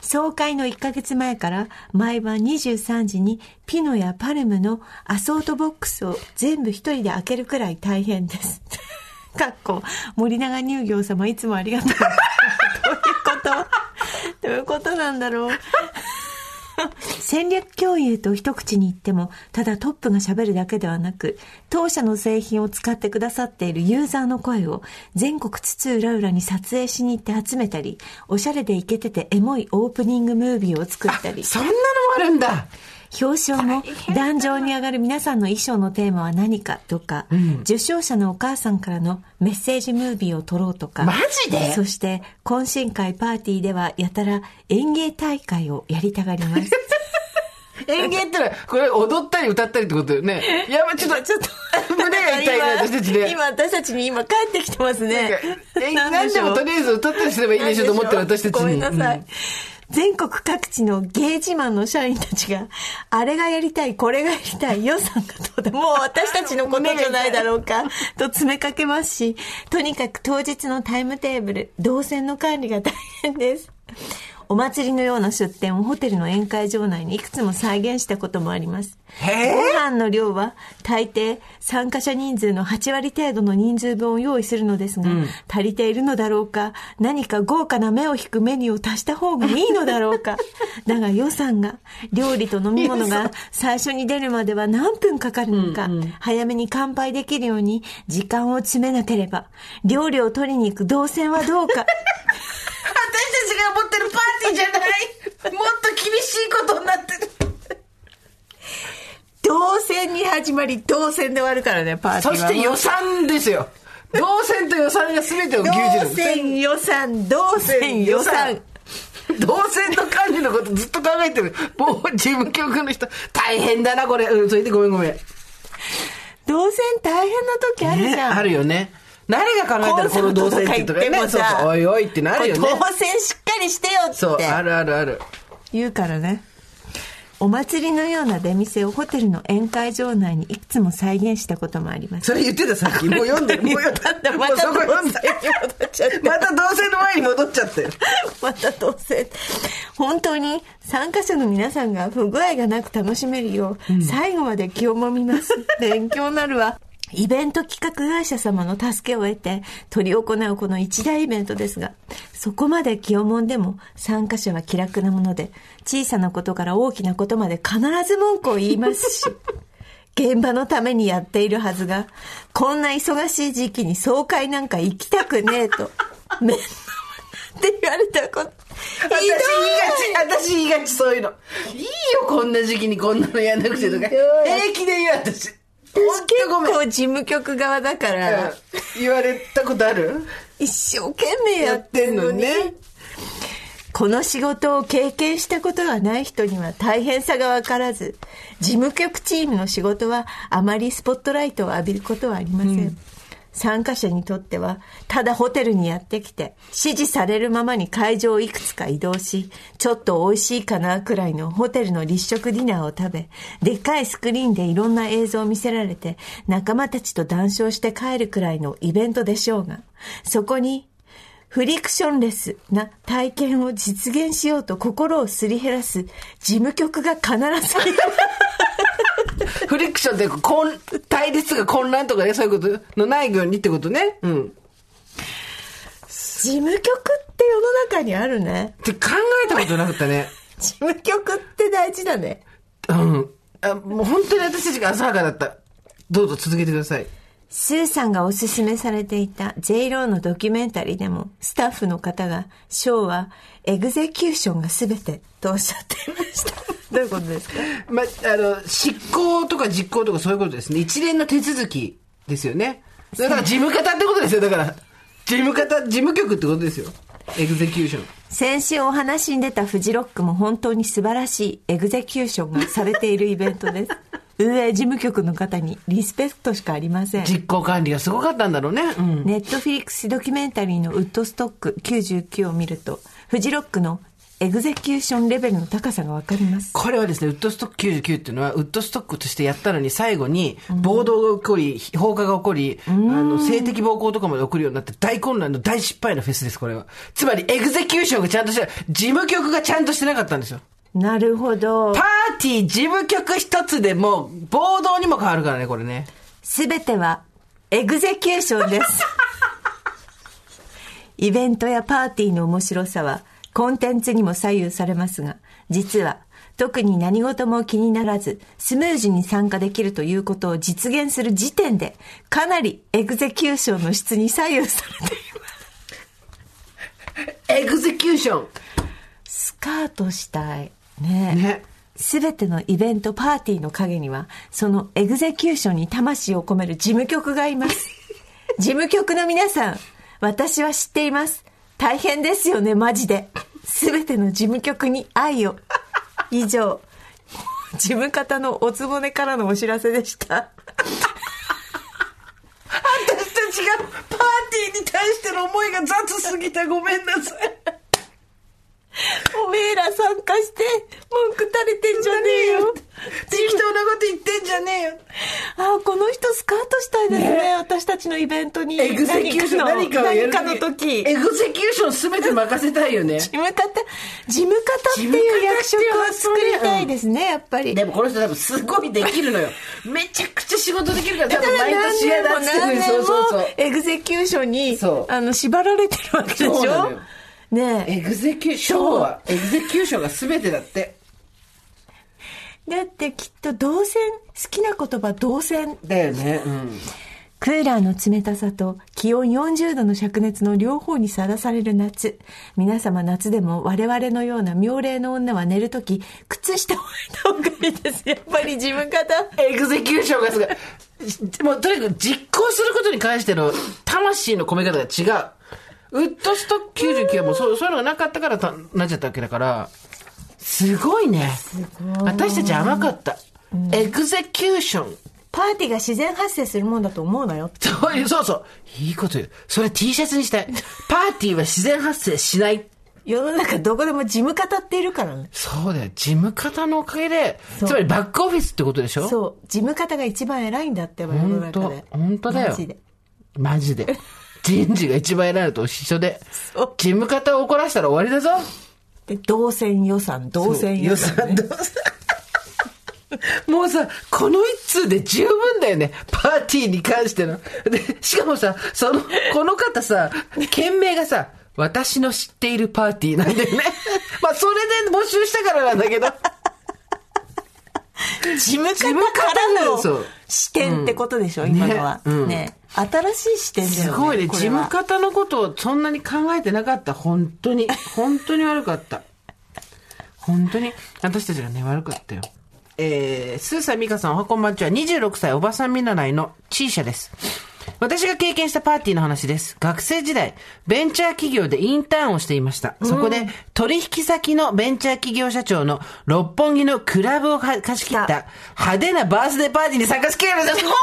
総会の1ヶ月前から毎晩23時にピノやパルムのアソートボックスを全部一人で開けるくらい大変です。 <laughs> かっこ、森永乳業様いつもありがとう。どういうことどういうことなんだろう。戦略共有と一口に言っても、ただトップが喋るだけではなく、当社の製品を使ってくださっているユーザーの声を全国津々浦々に撮影しに行って集めたり、おしゃれでイケててエモいオープニングムービーを作ったり。
そんなのもあるんだ
表彰も壇上に上がる皆さんの衣装のテーマは何かとか、受賞者のお母さんからのメッセージムービーを撮ろうとか
マジで
そして懇親会パーティーではやたら演芸大会をやりたがります
演芸ってのは、これ踊ったり歌ったりってことだよね。や <laughs> ばい、ちょっと、ちょっと、 <laughs> 胸が痛いね、私たちね。
今私たちに今帰ってきてますね
なんかえ何でもとりあえず歌ったりすればいいでしょと思ってる私たちに。
ごめんなさい、
うん
全国各地の芸自慢の社員たちが、あれがやりたい、これがやりたい、予算がどうだ、もう私たちのことじゃないだろうか、と詰めかけますし、とにかく当日のタイムテーブル、動線の管理が大変です。お祭りのような出店をホテルの宴会場内にいくつも再現したこともあります。
へー
ご飯の量は大抵参加者人数の8割程度の人数分を用意するのですが、足りているのだろうか、何か豪華な目を引くメニューを足した方がいいのだろう
<laughs>
か。だが予算が、料理と飲み物が最初に出るまでは何分かかるのか、早めに乾杯できるように時間を詰めなければ、料理を取りに行く動線はど
<laughs>
うか。
私たちが思ってるパーティーじゃないもっと厳しいことになってる。
動線に始まり、動線で終わるからね、パーティー
そ
は。
して予算ですよ。動線と予算が全てを牛耳
動
る。
線予算、動線予算。
動線と管理のことずっと考えてる。もう事務局の人、大変だな、これ。うん、それでごめんごめん。
動線大変な時あるじ
ね
ゃん。
あるよね。誰が考えたらこの動線っていうとかね。そうそう、おいおいってなるよね
こ。う動線しっかりしてよ
そう、あ
って
るあるある。
言うからね。お祭りのような出店をホテルの宴会場内にいくつも再現したこともあります。
それ言ってたさっ
<laughs>
き。もう読んでる。もう読ん
だん
で
だ
る。
ま
もう
た
そ
動
こ
線
読ん
に
で
戻っちゃって。
また同性の前に戻っちゃったよ。
<laughs> また動線。本当に参加者の皆さんが不具合がなく楽しめるよう、最後まで気をもみます。勉強になるわ。イベント企画会社様の助けを得て、取り行うこの一大イベントですが、そこまで気をもんでも参加者は気楽なもので、小さなことから大きなことまで必ず文句を言いますし、現場のためにやっているはずが、こんな忙しい時期に総会なんか行きたくねえと、 <laughs> めんって言われたこと。ひどい
私言いがち、私言いがち、そういうの。いいよ、こんな時期にこんなのやんなくてとか。
ひどい
平気で言う、私。本当ごめん
こう事務局側だか
う
ら、
ん言われたことある
一生懸命や
や
っ
ってて
ん
ん
の
の
に、
ね。
この仕事を経験したことがない人には大変さがわからず、事務局チームの仕事はあまりスポットライトを浴びることはありません。参加者にとっては、ただホテルにやってきて、指示されるままに会場をいくつか移動し、ちょっと美味しいかなくらいのホテルの立食ディナーを食べ、でっかいスクリーンでいろんな映像を見せられて、仲間たちと談笑して帰るくらいのイベントでしょうが、そこに、フリクションレスな体験を実現しようと心をすり減らす事務局が必ずいる
フリクションって混、対立が混乱とかね、そういうことのないようにってことね。うん。
事務局って世の中にあるね。
って考えたことなかったね。
事務局って大事だね。
うん。あもう本当に私たちが浅はかだった。どうぞ続けてください。
スーさんがおすすめされていた J ローのドキュメンタリーでもスタッフの方がショーはエグゼキューションが全てとおっしゃっていました。 <laughs> どういうことですか
まあ、あの、執行とか実行とかそういうことですね。一連の手続きですよね。だから事務方ってことですよ。だから、事務方、事務局ってことですよ。エグゼキューション。
先週お話に出たフジロックも本当に素晴らしいエグゼキューションがされているイベント <laughs> です運営事務局の方にリスペクトしかありません
実行管理がすごかったんだろうね。うん。
ネットフィリックスドキュメンタリーのウッドストック99を見るとフジロックのエグゼキューションレベルの高さがわかります
これはですね、ウッドストック99っていうのは、ウッドストックとしてやったのに、最後に暴動が起こり、放火が起こり、あの、性的暴行とかまで起こるようになって、大混乱の大失敗のフェスです、これは。つまり、エグゼキューションがちゃんとしてない、事務局がちゃんとしてなかったんですよ。
なるほど
パーティー、事務局一つでもう、暴動にも変わるからね、これね。
すべてはエグゼキューションですイベントやパーティーの面白さはコンテンツにも左右されますが実は特に何事も気にならずスムーズに参加できるということを実現する時点でかなりエグゼキューションの質に左右されています
エグゼキューション
スカートしたいねえ
ね
すべてのイベントパーティーの陰にはそのエグゼキューションに魂を込める事務局がいます
<laughs>
事務局の皆さん私は知っています大変ですよねマジですべての事務局に愛を以上事務方のおつぼねからのお知らせでした
私たちがパーティーに対しての思いが雑すぎたごめんなさい。
おめえら参加して文句垂れてんじゃねえ
<laughs>
よ
適当なこと言ってんじゃねえよ。
ああこの人スカートしたいですね私たちのイベントに
エグゼキューション何かをやる
何かの時
エグゼキューションすべて任せたいよね
事務方事務方っていう役職を作りたいですねやっぱり
でもこの人多分すごいできるのよ <laughs> めちゃくちゃ仕事できるから多
た
分
だ
毎年やだっつって
何
ね
年
そう
も
そうそう
エグゼキューションに
そう
あの縛られてるわけでし
そうなの
ょ
よエ
ね
グゼキューションはエグゼキューションがすべてだって
えだってきっと動線好きな言葉動線
だよねうん
クーラーの冷たさと気温40度の灼熱の両方にさらされる夏皆様夏でも我々のような妙齢の女は寝るとき靴下を履いた方がいいですやっぱり自分方
エグゼキューションがすごいもうとにかく実行することに関しての魂の込め方が違うウッドストック99はもうそうそういうのがなかったからたなっちゃったわけだからすごいね私たち甘かった、エグゼキューション
パーティーが自然発生するもんだと思うなよ
そういう、そうそう。いいこと言う。それ T シャツにしたい。パーティーは自然発生しない。
世の中どこでも事務方っているからね
そうだよ。事務方のおかげで、つ
そう
まりバックオフィスってことでしょ
そう事務方が一番偉いんだって世の
本
中
当
で
本当だよ
マジで。
マジで。人事が一番偉いのと一緒で
そう。
事務方を怒らせたら終わりだぞ。
で動線予算動線予
予
算
算どうす <laughs> もうさ、この一通で十分だよね。パーティーに関しての。で、しかもさ、その、この方さ、件名がさ、私の知っているパーティーなんだよね。 <laughs> まあ、それで募集したからなんだけど。
事務方から
事務方の
の視点ってことでしょ、今のは
ね
ね,、
うん
新しい視点だよね
すごいね。
こ
事
れは
務方のことをそんなに考えてなかった。本当に。本当に悪かった。本当に。私たちがね、悪かったよ。えー、スーサミカさん、おはこんばんちは26歳おばさん見習いのチーシャです。私が経験したパーティーの話です。学生時代、ベンチャー企業でインターンをしていました。そこで、取引先のベンチャー企業社長の六本木のクラブを貸し切った派手なバースデーパーティーに参加しきれるんです。 <laughs> こういうの、こ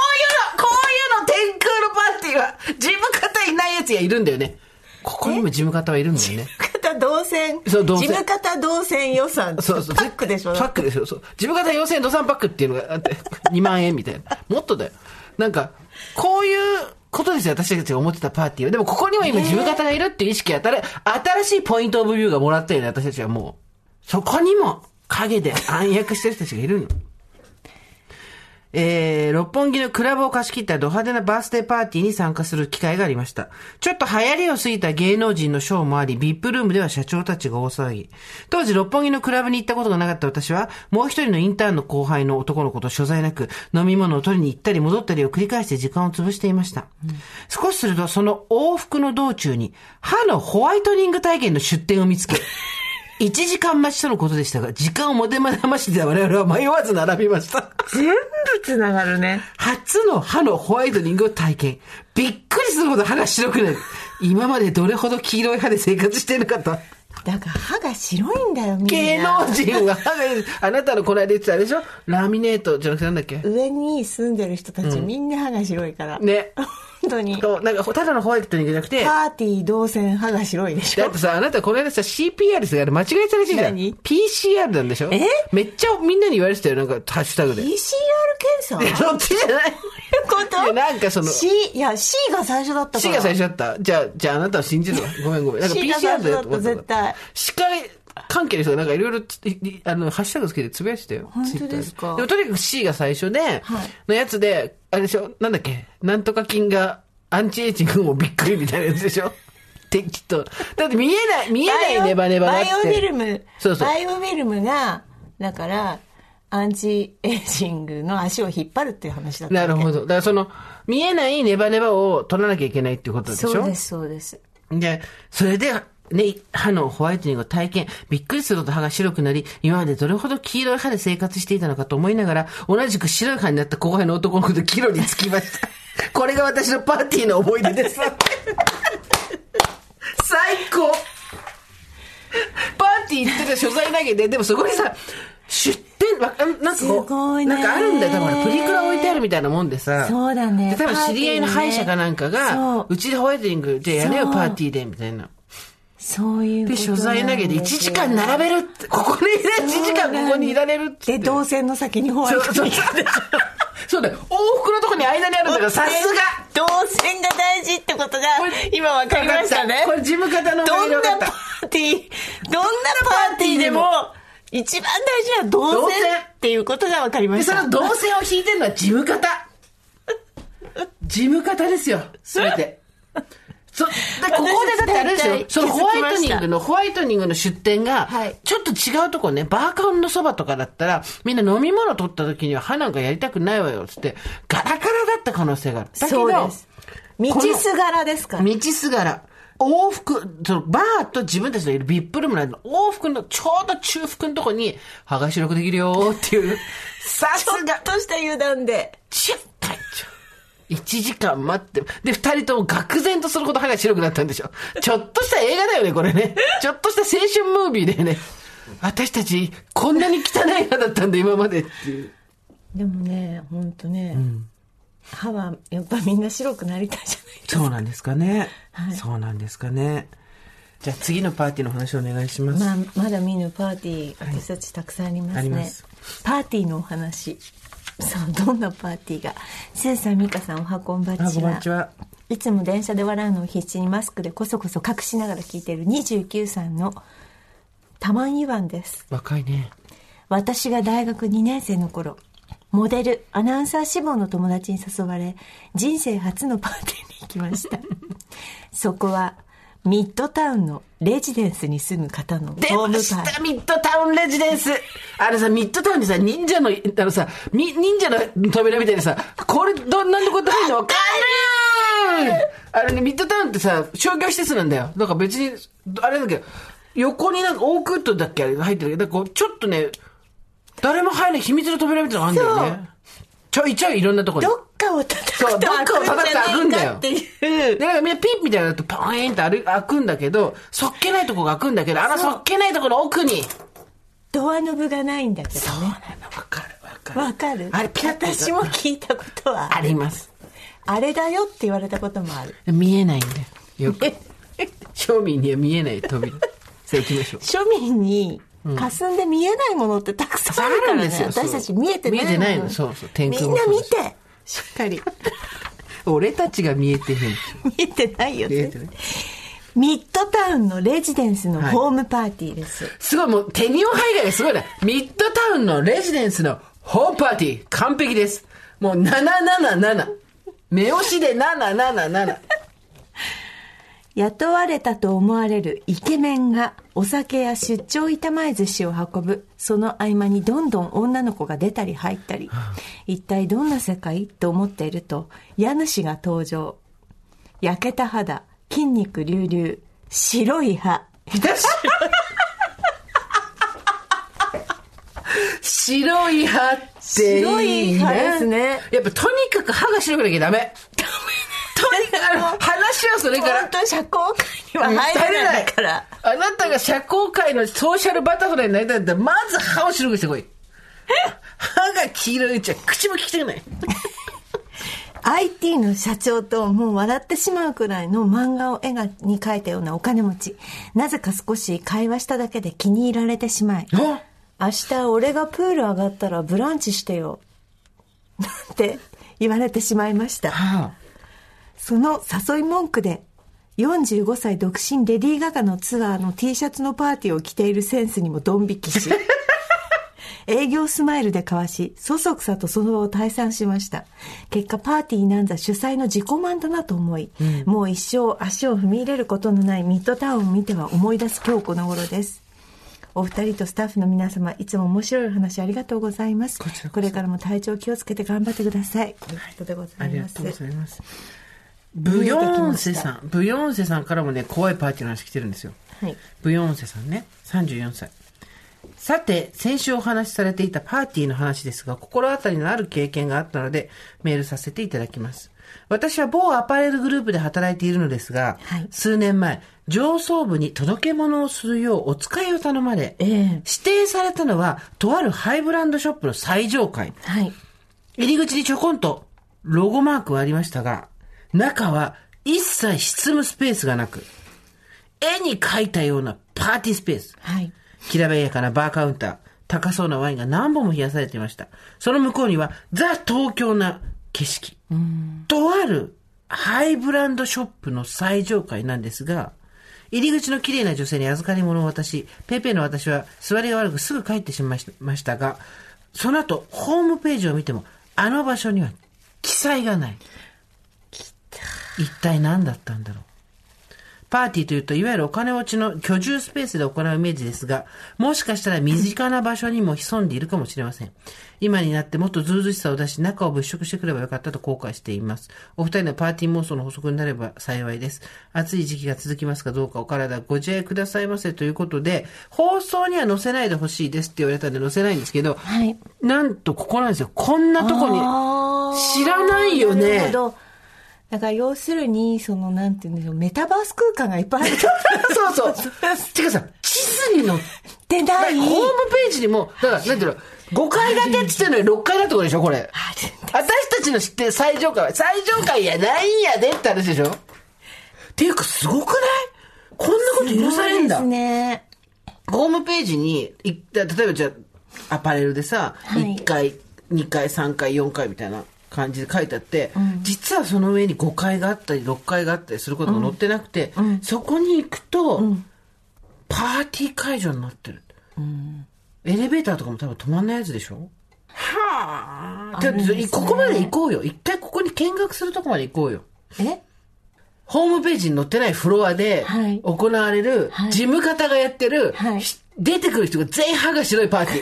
ういうの、天空のパーティーは、事務方いないやつがいるんだよね。ここにも事務方はいるんだよね。
方動線
そう動線
事務方動線予算
そうそう。
パックでしょ
パックでしょ。そう。自分型4000円ドサンパックっていうのがあ <laughs> って、2万円みたいな。もっとだよ。なんか、こういうことですよ。私たちが思ってたパーティーは。でも、ここには今自分型がいるっていう意識当たる、新しいポイントオブビューがもらったよね。私たちはもう。そこにも、影で暗躍してる人たちがいるの。えー、六本木のクラブを貸し切ったド派手なバースデーパーティーに参加する機会がありました。ちょっと流行りを過ぎた芸能人のショーもあり、VIP ルームでは社長たちが大騒ぎ。当時六本木のクラブに行ったことがなかった私は、もう一人のインターンの後輩の男の子と所在なく、飲み物を取りに行ったり戻ったりを繰り返して時間を潰していました。少しすると、その往復の道中に、歯のホワイトニング体験の出店を見つけ、 <laughs> 1時間待ちとのことでしたが、時間を持て余して我々は迷わず並びました。
全部つながるね。
初の歯のホワイトニングを体験。びっくりするほど歯が白くなる。今までどれほど黄色い歯で生活していなかった。
だから歯が白いんだよ、みんな。
芸能人は歯が、あなたのこの間言ってたあれでしょラミネートじゃなくてなんだっけ
上に住んでる人たち、みんな歯が白いから。
ね。
本当に。
そうなんか、ただのホワイトニングじゃなくて、
パーティー同然歯が白いでし
だ
ょ
ってさ、あなたこの間さ、CPR ですよ。あれ間違えたらしいじゃん。
何
PCR なんでしょ
え
めっちゃみんなに言われてたよ。なんか、ハッシュタグで。い
?PCR 検
や、<laughs>
査
そっちじゃ
<laughs>
ない。
こ
いや
と
なんかその
C、いや、C が最初だったから。
C が最初だった。じゃあ、じゃああなたを信じるわ。ごめんごめん。なんか
C が最
PCR
初だ
だ
っ
と思
た、
った
絶対。
司会関係の人がなんかいろいろついいあのハッシュタグつけてつぶやいてたよ。
本当
Twitter
ですか
でもとにかく C が最初で、
はい
のやつで、あれでしょ、なんだっけ、なんとか菌がアンチエイジングもびっくりみたいなやつでしょ。できっと。だって見えない、見えないネバネバがあ
バ
って。
イオフィルム。
そうそう
バイオフィルムが、だから、アンチエイジングの足を引っ張るっていう話だったわ
な
け
るほど。だからその、見えないネバネバを取らなきゃいけないっていうことでしょ
そうです、そうです。
で、それで、ね、歯のホワイトニングを体験、びっくりするほど歯が白くなり、今までどれほど黄色い歯で生活していたのかと思いながら、同じく白い歯になった後輩の男の子と黄色につきました。
<laughs>
これが私のパーティーの思い出です。最高パーティー行ってた所在投げで、でもそこにさ、出店、わあなんかこう
すごいね
なんかあるんだよ、多分ほらプリクラ置いてあるみたいなもんでさ。
そうだね
で多分知り合いの歯医者かなんか
パーティーねそ
が
う、
うちでホワイトニングでやれよ、
そう
パーティーで、みたいな。
そういうこ
で、
と
所在投げで1時間並べるって、ここにいられる、1時間ここにいられるっつって。
で、動線の先にホワイ
そう
ト
そう
ニング。
そうそうだよ。往復のとこに間にあるんだから、さすが
動線が大事ってことが、今わかりましたね。
これ事務方の
どんな
だ
パーティー、どんなパーティーでも、一番大事な動
動
線
線
っていうことが分かりま
で、
し
そ
た。
の動線を引いてるのは事務方。事務方ですよ、すべて。そでここでだってあれですよそ
私たち大体
のホワイトニン
気づきまし
グのホワイトニングの出店が
はい
ちょっと違うとこねバーカウンのそばとかだったらみんな飲み物取った時には歯なんかやりたくないわよっつってガラガラだった可能性があるだけど
そうです。道すがらですから。
道すがら、往復、そのバーと自分たちのいるビップルームの間の往復のちょうど中腹のとこに、歯が白くできるよーって
<laughs>
いう、さす
ちょ
が
っ、とした油断で。
チュッ隊長。1時間待って、で、二人とも愕然とするほど歯が白くなったんでしょ。ちょっとした映画だよね、これね。ちょっとした青春ムービーだよね。私たち、こんなに汚い歯だったんだ、今までっていう。
でもね、ほんとね、歯はやっぱみんな白くなりたいじゃない
そうなんですかね。そうなんですかね。じゃあ次のパーティーの話お願いします。
まあ、まだ見ぬパーティー、私たちたくさんありますね。
あります
パーティーのお話。さあ、どんなパーティーが。せいさん、みかさん、おはこんばちは。
あ、こんにちは。
いつも電車で笑うのを必死にマスクでこそこそ隠しながら聞いている29歳のタマンイワンです。
若いね。
私が大学2年生の頃、モデル、アナウンサー志望の友達に誘われ、人生初のパーティーに行きま
<laughs>
した。そこは、ミッドタウンのレジデンスに住む方のホ
出
ーム
ま
パー
し
ティー。
たミッドタウンレジデンスあれさ、ミッドタウンでさ、忍者の、あのさ、み忍者の扉みたいにさ、これ、ど、なんでこうやって入るのわかるあれね、ミッドタウンってさ、商業施設なんだよ。なんか別に、あれだけど、横になんかオークウッドだっけあれが入ってるけど、なんかこう、ちょっとね、誰も入れない秘密の扉みたいなのあるんだよね。ちょいちょいいろんなとこに。
どっかを叩く
そう
と
どっかを叩くと開くんだよ
開くじゃねえかっていう。
で、なんかみんなピッみたいなのとパーンって歩開くんだけど、そっけないとこが開くんだけど、あのそっけないとこの奥に。
ドアノブがないんだけどね。
わかるわかる。
わかる
あれ、ピタッと
私も聞いたことは
あります。
あれだよって言われたこともある。
見えないんだよ。よ <laughs> く。庶民には見えない扉。さあ行きましょう。
庶民に霞んで見えないものってたくさんあるから
あるん
ね。
ですよ
私たち見えてないも
見えてないのそうそう天空
みん
も
な
そう
見
です
てしっ
<laughs>
かり。
俺たちが見えてへん。
見えてないよ
見え
ね
てない。
ミッドタウンのレジデンスの
はい
ホームパーティーです。
すごい、もうテニオンハイガーがすごいな。ミッドタウンのレジデンスのホームパーティー。完璧です。もう777。目押しで777。
雇われたと思われるイケメンがお酒や出張板前寿司を運ぶその合間にどんどん女の子が出たり入ったり一体どんな世界と思っていると家主が登場焼けた肌筋肉隆々白い歯
ひたし白い歯っていい、ね。
白い歯ですね。
やっぱとにかく歯が白くなきゃダメ。ダメとにかく話はそれから
本。当社交界には入れないから。
あなたが社交界のソーシャルバタフライになりたいんだったら、まず歯を白くしてこい。歯が黄色いうちは口も利きたくない。
IT の社長ともう笑ってしまうくらいの漫画を絵がに描いたようなお金持ち。なぜか少し会話しただけで気に入られてしまい。
あ
明日俺がプール上がったらブランチしてよ。なんて言われてしまいました。
あ
その誘い文句で、45歳独身レディー・ガガのツアーの T シャツのパーティーを着ているセンスにもドン引きし、 <laughs> 営業スマイルで交わし、そそくさとその場を退散しました。結果、パーティーなんざ主催の自己満だなと思い、もう一生足を踏み入れることのないミッドタウンを見ては思い出す今日この頃です。お二人とスタッフの皆様、いつも面白いお話ありがとうございます。こ
ちらこそ
れからも体調気をつけて頑張ってください。ということでござ
あり
い
が
ま
と
す
うご。ざいます。ブヨーンセさん、ブヨーンセさんからもね、怖いパーティーの話来てるんですよ。
はい
ブヨーンセさんね、34歳。さて、先週お話しされていたパーティーの話ですが、心当たりのある経験があったので、メールさせていただきます。私は某アパレルグループで働いているのですが、
はい
数年前、上層部に届け物をするようお使いを頼まれ、
ええ
指定されたのは、とあるハイブランドショップの最上階。
はい。
入り口にちょこんとロゴマークはありましたが、中は一切執務スペースがなく、絵に描いたようなパーティースペース。
はい。
きらびやかなバーカウンター、高そうなワインが何本も冷やされていました。その向こうには、ザ・東京な景色。とあるハイブランドショップの最上階なんですが、入り口の綺麗な女性に預かり物を渡し、ペーペーの私は座りが悪くすぐ帰ってしまいましたが、その後、ホームページを見ても、あの場所には記載がない。一体何だったんだろう。パーティーというと、いわゆるお金持ちの居住スペースで行うイメージですが、もしかしたら身近な場所にも潜んでいるかもしれません。今になってもっとずうずうしさを出し、中を物色してくればよかったと後悔しています。お二人のパーティー妄想の補足になれば幸いです。暑い時期が続きますかどうかお体ご自愛くださいませということで、放送には載せないでほしいですって言われたんで載せないんですけど、
はい
なんとここなんですよ。こんなとこに。知らないよね
なるほど。だから要するに、その、なんて言うんでしょう、メタバース空間がいっぱいある。
そうそう。 <laughs> てかさ、地図に載って
でな
はい
い。
ホームページにも、だから、なんていうの、5階建てって言ってんのに6階だってことでしょ、これ。私たちの知ってる最上階は、最上階やないんやでって話でしょっていうか、すごくないこんなこと許されんだ。
そうですね。
ホームページにい、例えばじゃあ、アパレルでさ、
はい
1階、2階、3階、4階みたいな感じで書いてあって、実はその上に5階があったり、6階があったりすることが載ってなくて、そこに行くと、パーティー会場になってる。エレベーターとかも多分止まんないやつでしょはあ、ここまで行こうよ。一回ここに見学するとこまで行こうよ。
え
ホームページに載ってないフロアで
はい
行われる、
はい
事務方がやってる、
はい
ひ出てくる人が全員歯が白いパーティ
<laughs>
ー。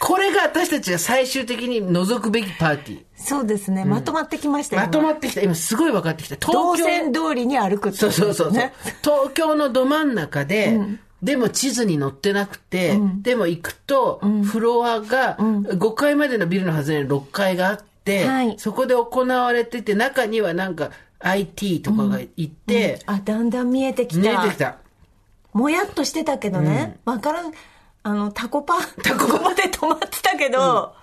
これが私たちが最終的に除くべきパーティー。
そうですね。まとまってきましたよ。
まとまってきた。今すごい分かってきた。
動
東京
線。通りに歩くって
そ
こと
う
ですね
そうそうそう。東京のど真ん中で、でも地図に載ってなくて、でも行くと、フロアが5階までのビルの外れに6階があって、
はい
そこで行われてて、中にはなんか IT とかが行って、
あ、だんだん見えてき
見え
た。
てきた。
もやっとしてたけどね。わ、からん。あの、タコパ、タコパで止まってたけど、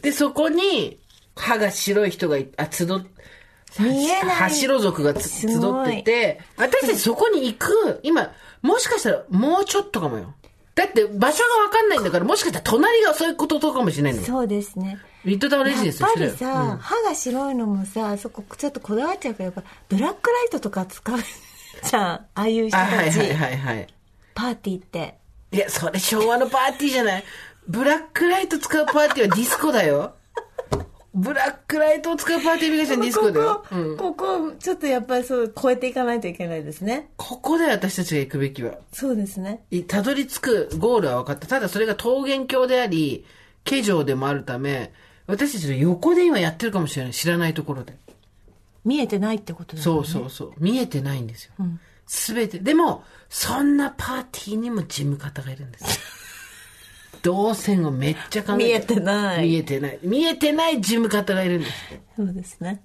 で、そこに、歯が白い人がい、あ、集っ、
見えない
はしろ族がつ集
す
っ
ごい
てて、私たちそこに行く、今、もしかしたらもうちょっとかもよ。だって場所がわかんないんだから、もしかしたら隣がそういうこととかもしれないのよ。
そうですね。
ミッドタウンレジで
やっ
すよ、
ぱ
白い
りさ、歯が白いのもさそこちょっとこだわっちゃうからやっぱブラックライトとか使うじゃんああいう人
あ、
たち、
はいはいはいはい。
パーティーって
いや、それ昭和のパーティーじゃない。ブラックライト使うパーティーはディスコだよ。ブラックライトを使うパーティーはディスコだよ
こ。こ,、ここちょっとやっぱりそう超えていかないといけないですね
ここで私たちが行くべきは。
そうですね
いたどり着くゴールは分かった。ただそれが桃源郷であり、京城でもあるため、私たちの横で今やってるかもしれない。知らないところで。
見えてないってことだ
そうそうそう。見えてないんですよ。
<laughs>
すべて。でも、そんなパーティーにも事務方がいるんですよ。動線をめっちゃ考え
見えてない
見えてない見えてない事務方がいるんです
そうですね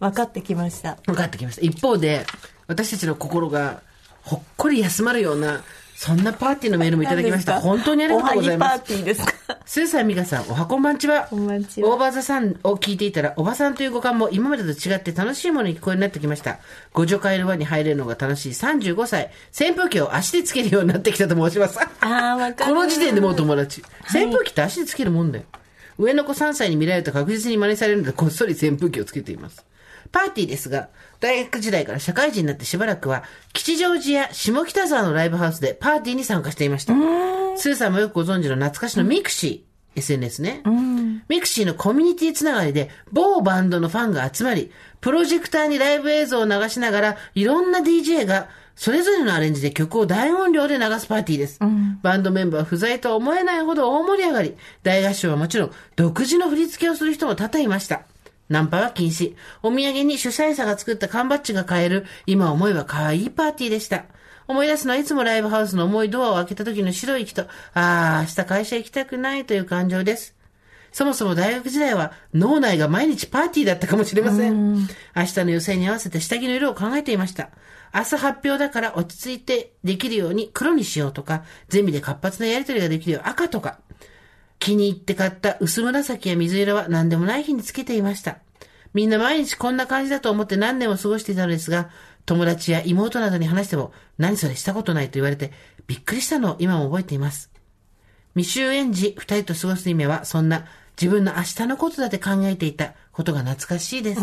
分かってきました
分かってきました一方で私たちの心がほっこり休まるようなそんなパーティーのメールもいただきました
何
本
ですか
当にありがとうございま
おはぎ
す
パーティーです
<laughs>
か
スーさん、ミカさん、おはこんばんちは。
こんばんちは
オーバーザさんを聞いていたら、おばさんという語感も今までと違って楽しいものに聞こえになってきました。ご助会の輪に入れるのが楽しい35歳。扇風機を足でつけるようになってきたと申します。
あーわかる
この時点でもう友達。扇風機って足でつけるもんだよ。上の子3歳に見られると確実に真似されるので、こっそり扇風機をつけています。パーティーですが、大学時代から社会人になってしばらくは、吉祥寺や下北沢のライブハウスでパーティーに参加していました。スーさんもよくご存知の懐かしのミクシー。SNS ね、ミクシーのコミュニティつながりで某バンドのファンが集まり、プロジェクターにライブ映像を流しながらいろんな DJ がそれぞれのアレンジで曲を大音量で流すパーティーです。バンドメンバー不在とは思えないほど大盛り上がり、大合唱はもちろん独自の振り付けをする人も多々いました。ナンパは禁止。お土産に主催者が作った缶バッジが買える、今思えば可愛いパーティーでした。思い出すのはいつもライブハウスの重いドアを開けた時の白い息と、ああ、明日会社行きたくないという感情です。そもそも大学時代は脳内が毎日パーティーだったかもしれません。明日の予選に合わせて下着の色を考えていました。明日発表だから落ち着いてできるように黒にしようとか、ゼミで活発なやりとりができるよう赤とか。気に入って買った薄紫や水色は何でもない日につけていました。みんな毎日こんな感じだと思って何年も過ごしていたのですが、友達や妹などに話しても、何それしたことないと言われて、びっくりしたのを今も覚えています。未就園児二人と過ごす夢は、そんな自分の明日のことだって考えていたことが懐かしいです。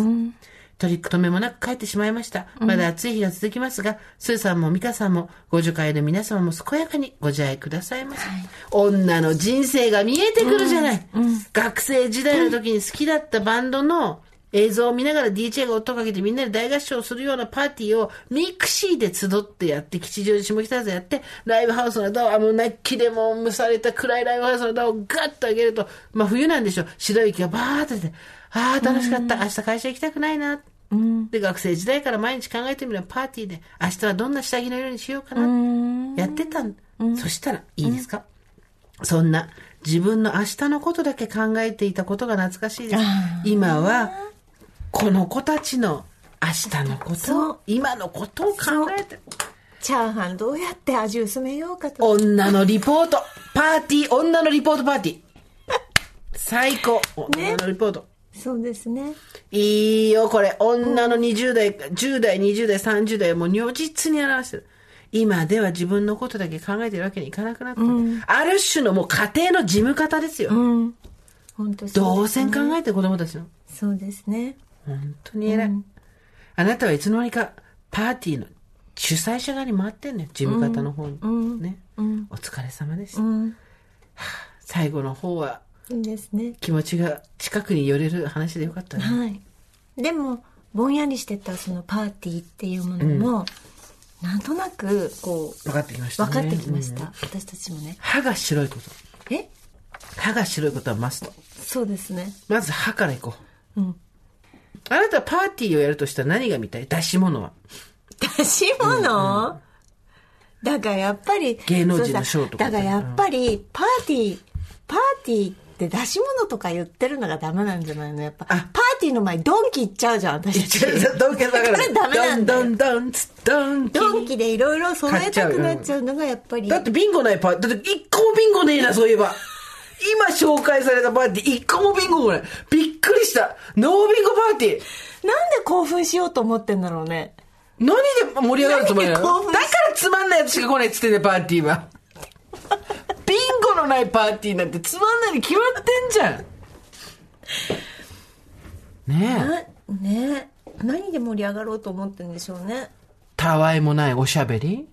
取り留めもなく帰ってしまいました。まだ暑い日が続きますが、スーさんもミカさんも、ご助会の皆様も健やかにご自愛くださいませ。女の人生が見えてくるじゃない、学生時代の時に好きだったバンドの映像を見ながら DJ が音をかけてみんなで大合唱をするようなパーティーをミクシーで集ってやって、吉祥寺下北沢でやって、ライブハウスのドアを、あの、熱気でもう蒸された暗いライブハウスのドアをガッと上げると、まあ冬なんでしょう。白い息がバーッと出て、ああ、楽しかった。明日会社行きたくないな。で、学生時代から毎日考えてみればパーティーで、明日はどんな下着の色にしようかな。やってたん。そしたら、いいですか、そんな自分の明日のことだけ考えていたことが懐かしいです。今はこの子たちの明日のこと、今のことを考えて、
チャーハンどうやって味薄めようかと
女のリポート、パーティー、女のリポートパーティー。最高、女のリポート。
そうですね
いいよ、これ。女の20代、10代、20代、30代、もう如実に表してる。今では自分のことだけ考えてるわけにいかなくなってる、ある種のもう家庭の事務方ですよ。
本当そ
ど
う
う
です
せん考えてる子供たちの。
そうですね
本当に偉い。あなたはいつの間にかパーティーの主催者側に回ってんのよ。事務方の方に。ね、お疲れ様でした、はあ最後の方はい
いですね
気持ちが近くに寄れる話でよかったね。
はいでもぼんやりしてたそのパーティーっていうものも、なんとなくこう
分かってきましたね。
分かってきまし
うん
た、私たちもね
歯が白いこと。
え
歯が白いことはマスト。
そうですね <laughs>
まず歯からいこう。
うん
あなたパーティーをやるとしたら何が見たい出し物
<laughs>
は。
出し物、だからやっぱり
芸能人のショーとか
そうだだからやっぱりパーティーパーティーって出し物とか言ってるのがダメなんじゃないのやっぱパーティーの前にドンキ行っちゃうじゃん私た
<laughs>
ち
ドンキだから
これダメなんだよ
ドンドンドンツドンキ
ドンキでいろいろ揃えたくなっちゃうのがやっぱり
だってビンゴないパーティー、だって一個もビンゴねえな、そういえば。今紹介されたパーティー、一個もビンゴもない。びっくりした。ノービンゴパーティー。
なんで興奮しようと思ってんだろうね
何で盛り上がるつもりなのだ
何で興奮し
からつまんないやつしか来ないっつってね、パーティーは。ビンゴのないパーティーなんてつまんないに決まってんじゃん。ねえ。
なね何で盛り上がろうと思ってんでしょうね
たわいもないおしゃべり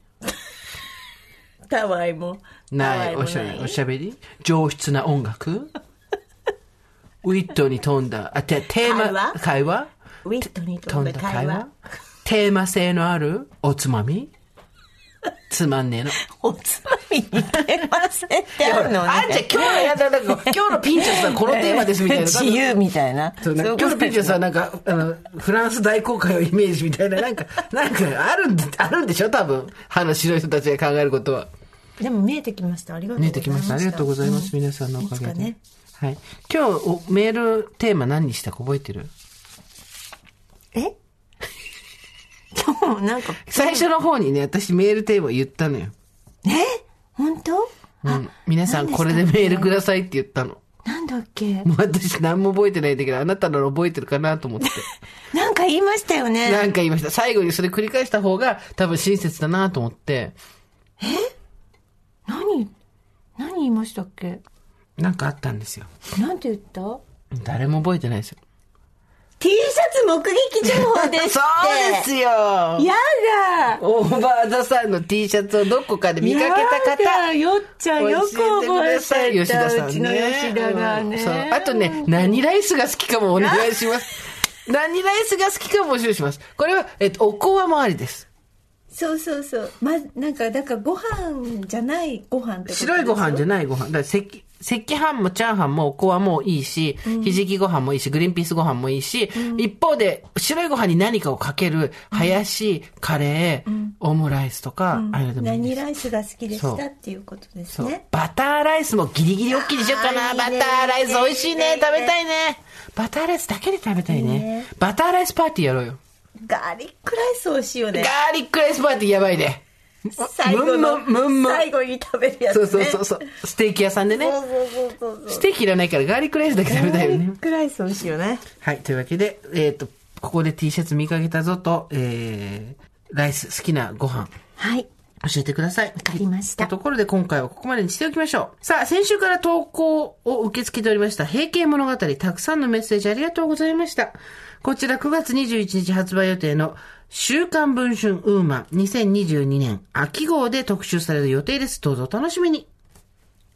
たわいも
ないおしゃべり、おしゃべり上質な音楽ウィットに富んだ、あ、て、テーマ、
会話
会話
ウィットに
飛
飛
んだ
んだ
会
会
話
話
テーマ性のあるおつまみつまんねえの。
おつまみに出ませんってあるのね
あんじゃん今日のやだなんか今日のピンチョスはこのテーマですみたいな。
自由みたいな
そうなんか今日のピンチョスはなんか、あの、フランス大公開をイメージみたいな、なんか、なんかあるんで、あるんでしょ多分。歯の白い人たちが考えることは。
でも見えてきました。ありがとう
見
ございま
えてきました。ありがとうございます。皆さんのおかげ
いつか
で。
ね
はい。今日おメールテーマ何にしたか覚えてる
え今日なんか、
最初の方にね、私メールテーマ言ったのよ。
本当
うん。皆さん
何でしたっけ
これでメールくださいって言ったの。
なんだっけ
もう私何も覚えてないんだけど、あなたなら覚えてるかなと思
<laughs>
って。
なんか言いましたよね。
なんか言いました。最後にそれ繰り返した方が多分親切だなと思って。
何何言いましたっけ
なんかあったんですよ。
なんて言った
誰も覚えてないですよ。。
?T シャツ目撃情報ですっ
<laughs>
て
そうですよ
やだ
オーバーザさんの T シャツをどこかで見かけた
や
方
だ。よっちゃんよく
教えてく
覚え
ださい
て
吉田さんね
た。うちの吉田が
うん
ね。
そうあとね、何ライスが好きかもお願いします。
<laughs>
何ライスが好きかも募集します。これは、えっと、おこわもありです。
そうそうそう。ま、なんか、だからご飯じゃないご飯ってこと
白いご飯じゃ
ない。
ないご飯。だから赤、赤飯もチャーハンもおこわもいいし、ひじきご飯もいいし、グリーンピースご飯もいいし、一方で、白いご飯に何かをかける、ハヤシ、カレー、オムライスとか、ああいうのでもいいです
何ライスが好きで
そ
し
う
たっていうことです
そう
ね。
バターライスもギリギリ大きいにしようかな。
あー
バタ
いいね
ーライス美味しいね。
いいね
食べたいね。バターライスだけで食べたいね。
いいね
バターライスパーティーやろうよ。
ガーリックライス美味しいよ
ガ
ね。
ーリックライスパーティーやばいね。
最後の、
むんむんむんむん
最後に食べるやつ、
そ
ね。
うそうそうそう。ステーキ屋さんでね。
そうそうそうそう
ステーキいらないからガーリックライスだけ食べたいよね。
クライス美味しいよね。
はい。というわけで、えっ、と、ここで T シャツ見かけたぞと、えー、ライス、好きなご飯。
はい。
教えてください。わ
かりました
ところで今回はここまでにしておきましょう。さあ、先週から投稿を受け付けておりました、平景物語、たくさんのメッセージありがとうございました。こちら9月21日発売予定の週刊文春ウーマン2022年秋号で特集される予定です。どうぞお楽しみに。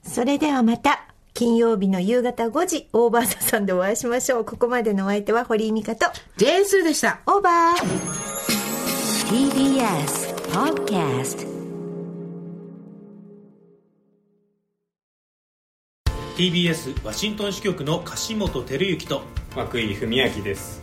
それではまた、金曜日の夕方5時、オーバーザさんでお会いしましょう。ここまでのお相手は堀井美香と、
ジェーンスーでした。
オーバー
TBS Podcast
TBS ワシントン支局の樫本照之と
和久井文明です